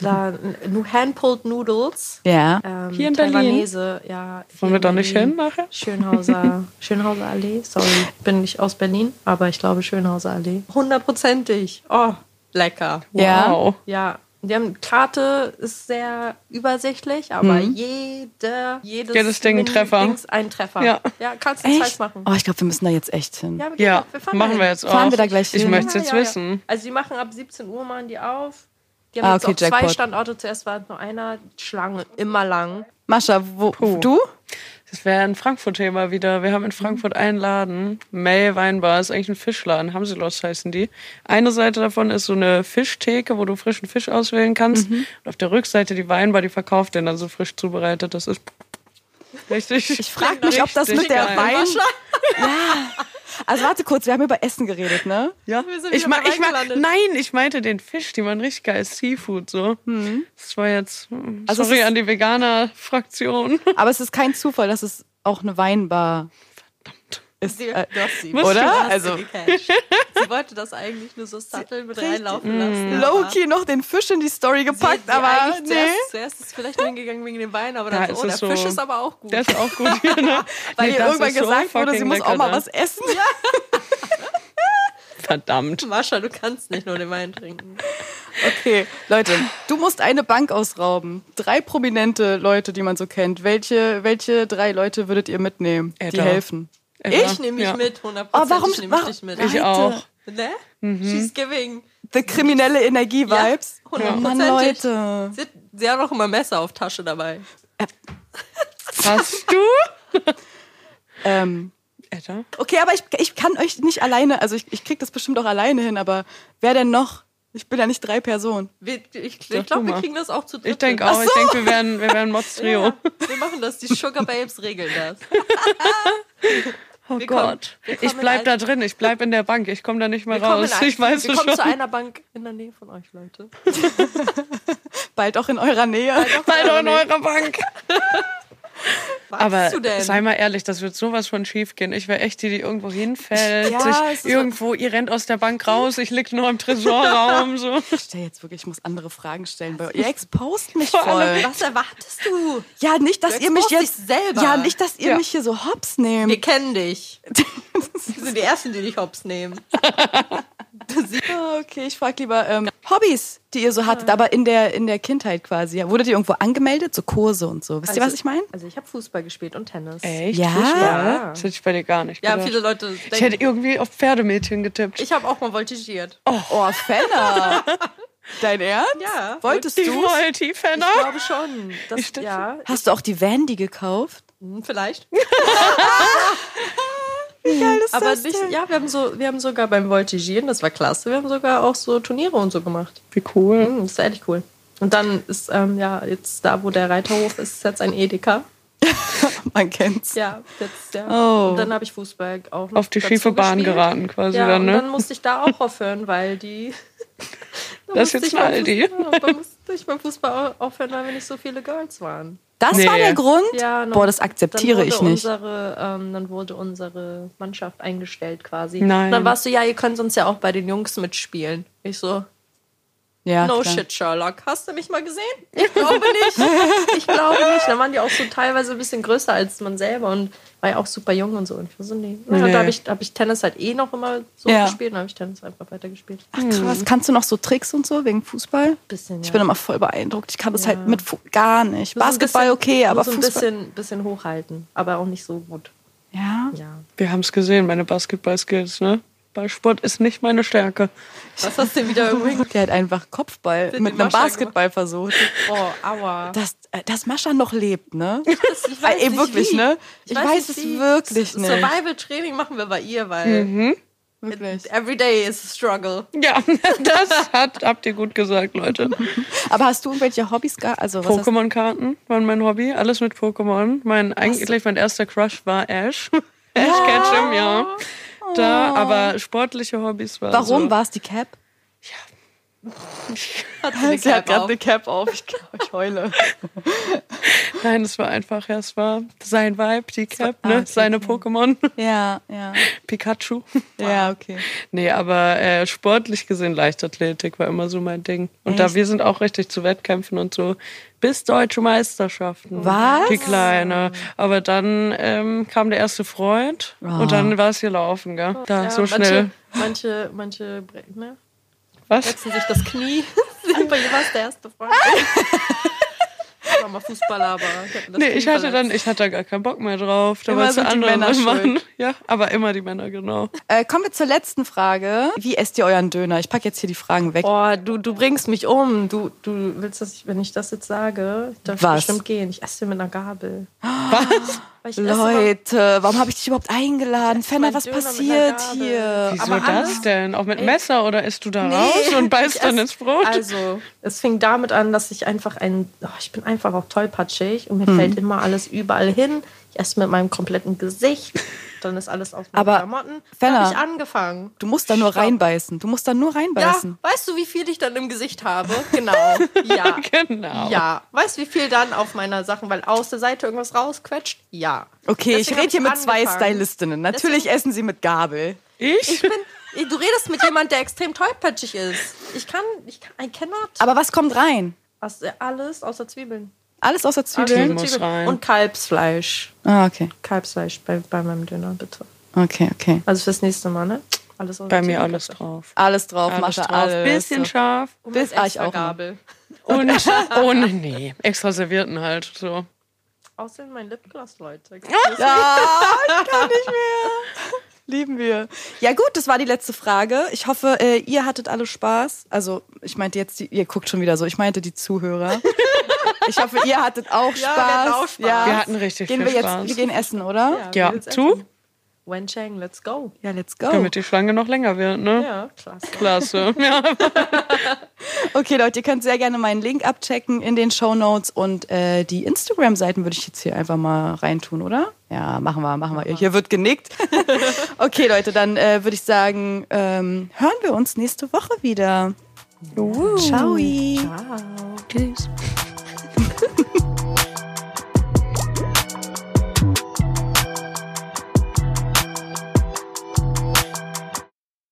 da, n- handpulled Noodles. Ja. Ähm, Hier in Berlin? Taiwanese, ja. hier Wollen wir in da nicht Berlin. hin nachher? Schönhauser, Schönhauser Allee, sorry, ich bin nicht aus Berlin, aber ich glaube Schönhauser Allee. Hundertprozentig. Oh, lecker. Ja. Wow. Ja, die haben Karte ist sehr übersichtlich, aber jede, jedes, Mhm. Jedes Ding ein Menü- Treffer. Dings ein Treffer. Ja. kannst du falsch Echt? machen. Oh, ich glaube, wir müssen da jetzt echt hin. Ja, wir gehen Ja, doch, machen wir hin. jetzt auch. Fahren wir da gleich Ich hin? möchte es jetzt wissen. Also die machen ab 17 Uhr machen die auf. Die haben Ah, jetzt okay, auch zwei Jackpot. Standorte. Zuerst war nur einer Schlange, immer lang. Mascha, wo, du? Das wäre ein Frankfurt-Thema wieder. Wir haben in Frankfurt einen Laden. May Weinbar ist eigentlich ein Fischladen. Hamselos heißen die. Eine Seite davon ist so eine Fischtheke, wo du frischen Fisch auswählen kannst. Mhm. Und auf der Rückseite die Weinbar, die verkauft den dann so frisch zubereitet. Das ist richtig. Ich frage mich, ob das richtig mit der geil. Wein... Also warte kurz, wir haben über Essen geredet, ne? Ja, Wir sind ich wieder mein, bei ich mein, Weingelandet. nein, ich meinte den Fisch, die waren richtig geil. Seafood so. Mhm. Das war jetzt. hm, Also es sorry ist- an die Veganer-Fraktion. Aber es ist kein Zufall, dass es auch eine Weinbar ist. Sie, Äh, das sie Musst oder? Das hat sie Also- gecatcht. sie wollte das eigentlich nur so subtle mit Mm. reinlaufen lassen. aber Low-key noch den Fisch in die Story sie hat gepackt, sie aber eigentlich nee. zuerst, zuerst ist vielleicht nur hingegangen wegen dem Wein, aber Da dann so, ist oh, der es so- Fisch ist aber auch gut. Der ist auch gut hier, ne? Weil Nee, ihr das irgendwann ist so gesagt wurde, sie fucking muss lecker, auch mal ne? was essen. Verdammt. Mascha, du kannst nicht nur den Wein trinken. Okay, Leute, du musst eine Bank ausrauben. Drei prominente Leute, die man so kennt. Welche, welche drei Leute würdet ihr mitnehmen, die Edda. helfen? Ich nehme mich Ja. mit, 100% oh, warum- ich nehme warum- dich mit. Ich Leute. auch. Ne? Mhm. She's giving. The kriminelle Energie-Vibes. Oh Ja, hundertprozentig. Mann, Leute. Sie hat, sie hat auch immer Messer auf Tasche dabei. Hast du? Ähm, Edda? okay, aber ich, ich kann euch nicht alleine, also ich, ich krieg das bestimmt auch alleine hin, aber wer denn noch? Ich bin ja nicht drei Personen. Wir, ich Sag ich du glaube, wir mal. kriegen das auch zu dritt. Ich denke hin. auch, ich denke, wir wären, wir wären Mods-Trio. Ja, wir machen das. Die Sugar Babes regeln das. Oh Wir kommen- Gott. wir kommen ich bleib da als- drin, ich bleib in der Bank, ich komme da nicht mehr Wir kommen, raus. in ein, Ich weiß wir es kommen schon. zu einer Bank in der Nähe von euch, Leute. Bald auch in eurer Nähe. Seid doch in eurer Bank. Was Aber du denn? sei mal ehrlich, das wird sowas von schief gehen. Ich wäre echt die, die irgendwo hinfällt. Ja, sich es ist- irgendwo, ihr rennt aus der Bank raus, ich lieg nur im Tresorraum. So. Ich stell jetzt wirklich, ich muss andere Fragen stellen. Weil ihr expost mich Vor allem- voll. Was erwartest du? Ja, nicht, dass Du ihr mich expost jetzt dich selber. Ja, nicht, dass ihr Ja. mich hier so hops nehmt. Wir kennen dich. Wir sind die Ersten, die dich hops nehmen. Ah, Okay, ich frage lieber ähm, Hobbys, die ihr so hattet, aber in der, in der Kindheit quasi. Ja, Wurdet ihr irgendwo angemeldet? So Kurse und so. Wisst ihr, was ich meine? Also ich habe Fußball gespielt und Tennis. Echt? Ja. Fußball? Das hätte ich bei dir gar nicht Ja, gedacht. viele Leute ich denken, hätte irgendwie auf Pferdemädchen getippt. ich habe auch mal voltigiert. Oh, Fenner. Dein Ernst? Ja. Wolltest die du? Royalty-Fenner? Ich glaube schon. Das, ja, Hast du auch die Vandy gekauft? hm, vielleicht. Hm, Ja, das Aber nicht, ja, wir haben, so, wir haben sogar beim Voltigieren, das war klasse, wir haben sogar auch so Turniere und so gemacht. Wie cool. Hm, das ist ehrlich cool. Und dann ist, ähm, ja, jetzt da, wo der Reiterhof ist, ist jetzt ein Edeka. Man kennt's. Ja, jetzt, ja. Oh. Und dann habe ich Fußball auch noch auf die dazu schiefe Bahn gespielt. geraten quasi Ja, dann, und ne? dann musste ich da auch aufhören, weil die Das ist jetzt mal Aldi. Da musste ich beim Fußball aufhören, weil wir nicht so viele Girls waren. Das Nee. war der Grund? Ja, dann- Boah, das akzeptiere dann wurde ich nicht. Unsere, ähm, dann wurde unsere Mannschaft eingestellt quasi. Nein. Und dann warst du, ja, ihr könnt uns ja auch bei den Jungs mitspielen. Ich so, Ja, no klar. shit, Sherlock. Hast du mich mal gesehen? Ich glaube nicht. ich glaube nicht. Dann waren die auch so teilweise ein bisschen größer als man selber und war ja auch super jung und so. Und ich war so, nee. Naja, Nee. Da habe ich, hab ich Tennis halt eh noch immer so Ja. gespielt. Dann habe ich Tennis einfach weitergespielt. Ach krass, kannst du noch so Tricks und so wegen Fußball? Hm. Bisschen, Ich ja. bin immer voll beeindruckt. Ich kann das halt Ja. mit Fu gar nicht. Nur so ein Basketball bisschen- okay, nur aber so ein Fußball. bisschen, bisschen hochhalten, aber auch nicht so gut. Ja. Ja. Wir haben es gesehen, meine Basketball-Skills, ne? Ballsport ist nicht meine Stärke. Was hast du wieder irgendwie? Der hat einfach Kopfball Bin mit den einem Mascha Basketball versucht. Oh, aua. Dass, äh, dass Mascha noch lebt, ne? Ich weiß Ey, nicht wirklich, wie. ne? Ich weiß nicht es wie. wirklich S- nicht. Mhm. Survival-Training machen wir bei ihr, weil Wirklich. every day is a struggle. Ja, das hat, habt ihr gut gesagt, Leute. Aber hast du irgendwelche Hobbys gar? Also, was hast Pokémon-Karten waren mein Hobby, alles mit Pokémon. Mein, eigentlich mein erster Crush war Ash. Ash Ketchum, ja. Da, aber sportliche Hobbys waren Oh. Warum so. war es die Cap? Hat sie eine Sie hat Cap gerade auf. eine Cap auf. Ich, glaub, ich heule. Nein, es war einfach, ja, es war sein Vibe, die Cap, ah, ne? okay, Seine Pokémon, Ja, ja. Pikachu. Ja, okay. Nee, aber äh, sportlich gesehen Leichtathletik war immer so mein Ding. Und Echt? da wir sind auch richtig zu Wettkämpfen und so bis deutsche Meisterschaften. Was? Die kleine. Aber dann ähm, kam der erste Freund Ah. Oh, und dann war es hier laufen, gell? Da Ja, so schnell. Manche, manche, manche bre- ne? Was? setzen sich das Knie. Bei ihr war es der erste Freund. Ich war mal Fußballer, aber ich hatte das Nee, Knie ich hatte verletzt. dann, ich hatte da gar keinen Bock mehr drauf. Da Immer war es sind der die andere Männer Mann. schuld. Ja, aber immer die Männer, genau. Äh, kommen wir zur letzten Frage. Wie esst ihr euren Döner? Ich packe jetzt hier die Fragen weg. Boah, Oh, du, du bringst mich um. Du, du willst, dass ich, wenn ich das jetzt sage, darf ich Was? bestimmt gehen. Ich esse mit einer Gabel. Was? Ich esse immer- Leute, warum habe ich dich überhaupt eingeladen? Fenner, mein was Döner mit einer passiert Gabel. hier? Wieso aber das anders- denn? Auch mit Messer oder isst du da Nee, raus und ich beißt dann esse- ins Brot? Also, es fing damit an, dass ich einfach ein. Oh, ich bin einfach auch tollpatschig und mir Hm. fällt immer alles überall hin. Ich esse mit meinem kompletten Gesicht. Dann ist alles auf meinen Aber, Klamotten. Dann Fenner, habe ich angefangen. Du musst da nur Stopp. reinbeißen. Du musst da nur Ja, reinbeißen. weißt du, wie viel ich dann im Gesicht habe? Genau. Ja. Genau. Ja, weißt du, wie viel dann auf meiner Sachen, weil aus der Seite irgendwas rausquetscht? Ja. Okay, ich Deswegen hab rede hier mit zwei angefangen. Stylistinnen. Natürlich essen sie mit Gabel. Ich? Ich bin, du redest mit jemandem, der extrem tollpatschig ist. Ich kann, ich kann, I cannot. Aber was kommt rein? Was, äh, alles außer Zwiebeln. Alles außer Alles Zwiebeln? außer muss rein. Und Kalbsfleisch. Ah, okay. Kalbsfleisch bei, bei meinem Döner, bitte. Okay, okay. Also fürs nächste Mal, ne? Alles außer Bei mir Zwiebeln, alles bitte. drauf. Alles drauf, Alles Mascha, drauf. alles. Bisschen so. scharf. Und Bis- mit ah, ich extra auch noch. Gabel. Und ohne, nee, extra Servietten halt, so. Oh. Außerdem mein Lipgloss, Leute. Lieben wir. Ja gut, das war die letzte Frage. Ich hoffe, äh, ihr hattet alle Spaß. Also ich meinte jetzt, die, ihr guckt schon wieder so. Ich meinte die Zuhörer. Ich hoffe, ihr hattet auch Ja, Spaß. wir hatten auch Spaß. Wir hatten richtig gehen viel wir jetzt, Spaß. Wir gehen essen, oder? Ja, Ja, wir jetzt zu? essen. Wen Chang, let's go. Ja, let's go. Damit die Schlange noch länger wird, ne? Ja, klasse. Klasse. Ja. Okay, Leute, ihr könnt sehr gerne meinen Link abchecken in den Show Notes und äh, die Instagram-Seiten würde ich jetzt hier einfach mal reintun, oder? Ja, machen wir, machen wir. Hier wird genickt. okay, Leute, dann äh, würde ich sagen, ähm, hören wir uns nächste Woche wieder. Ciao. Ciao.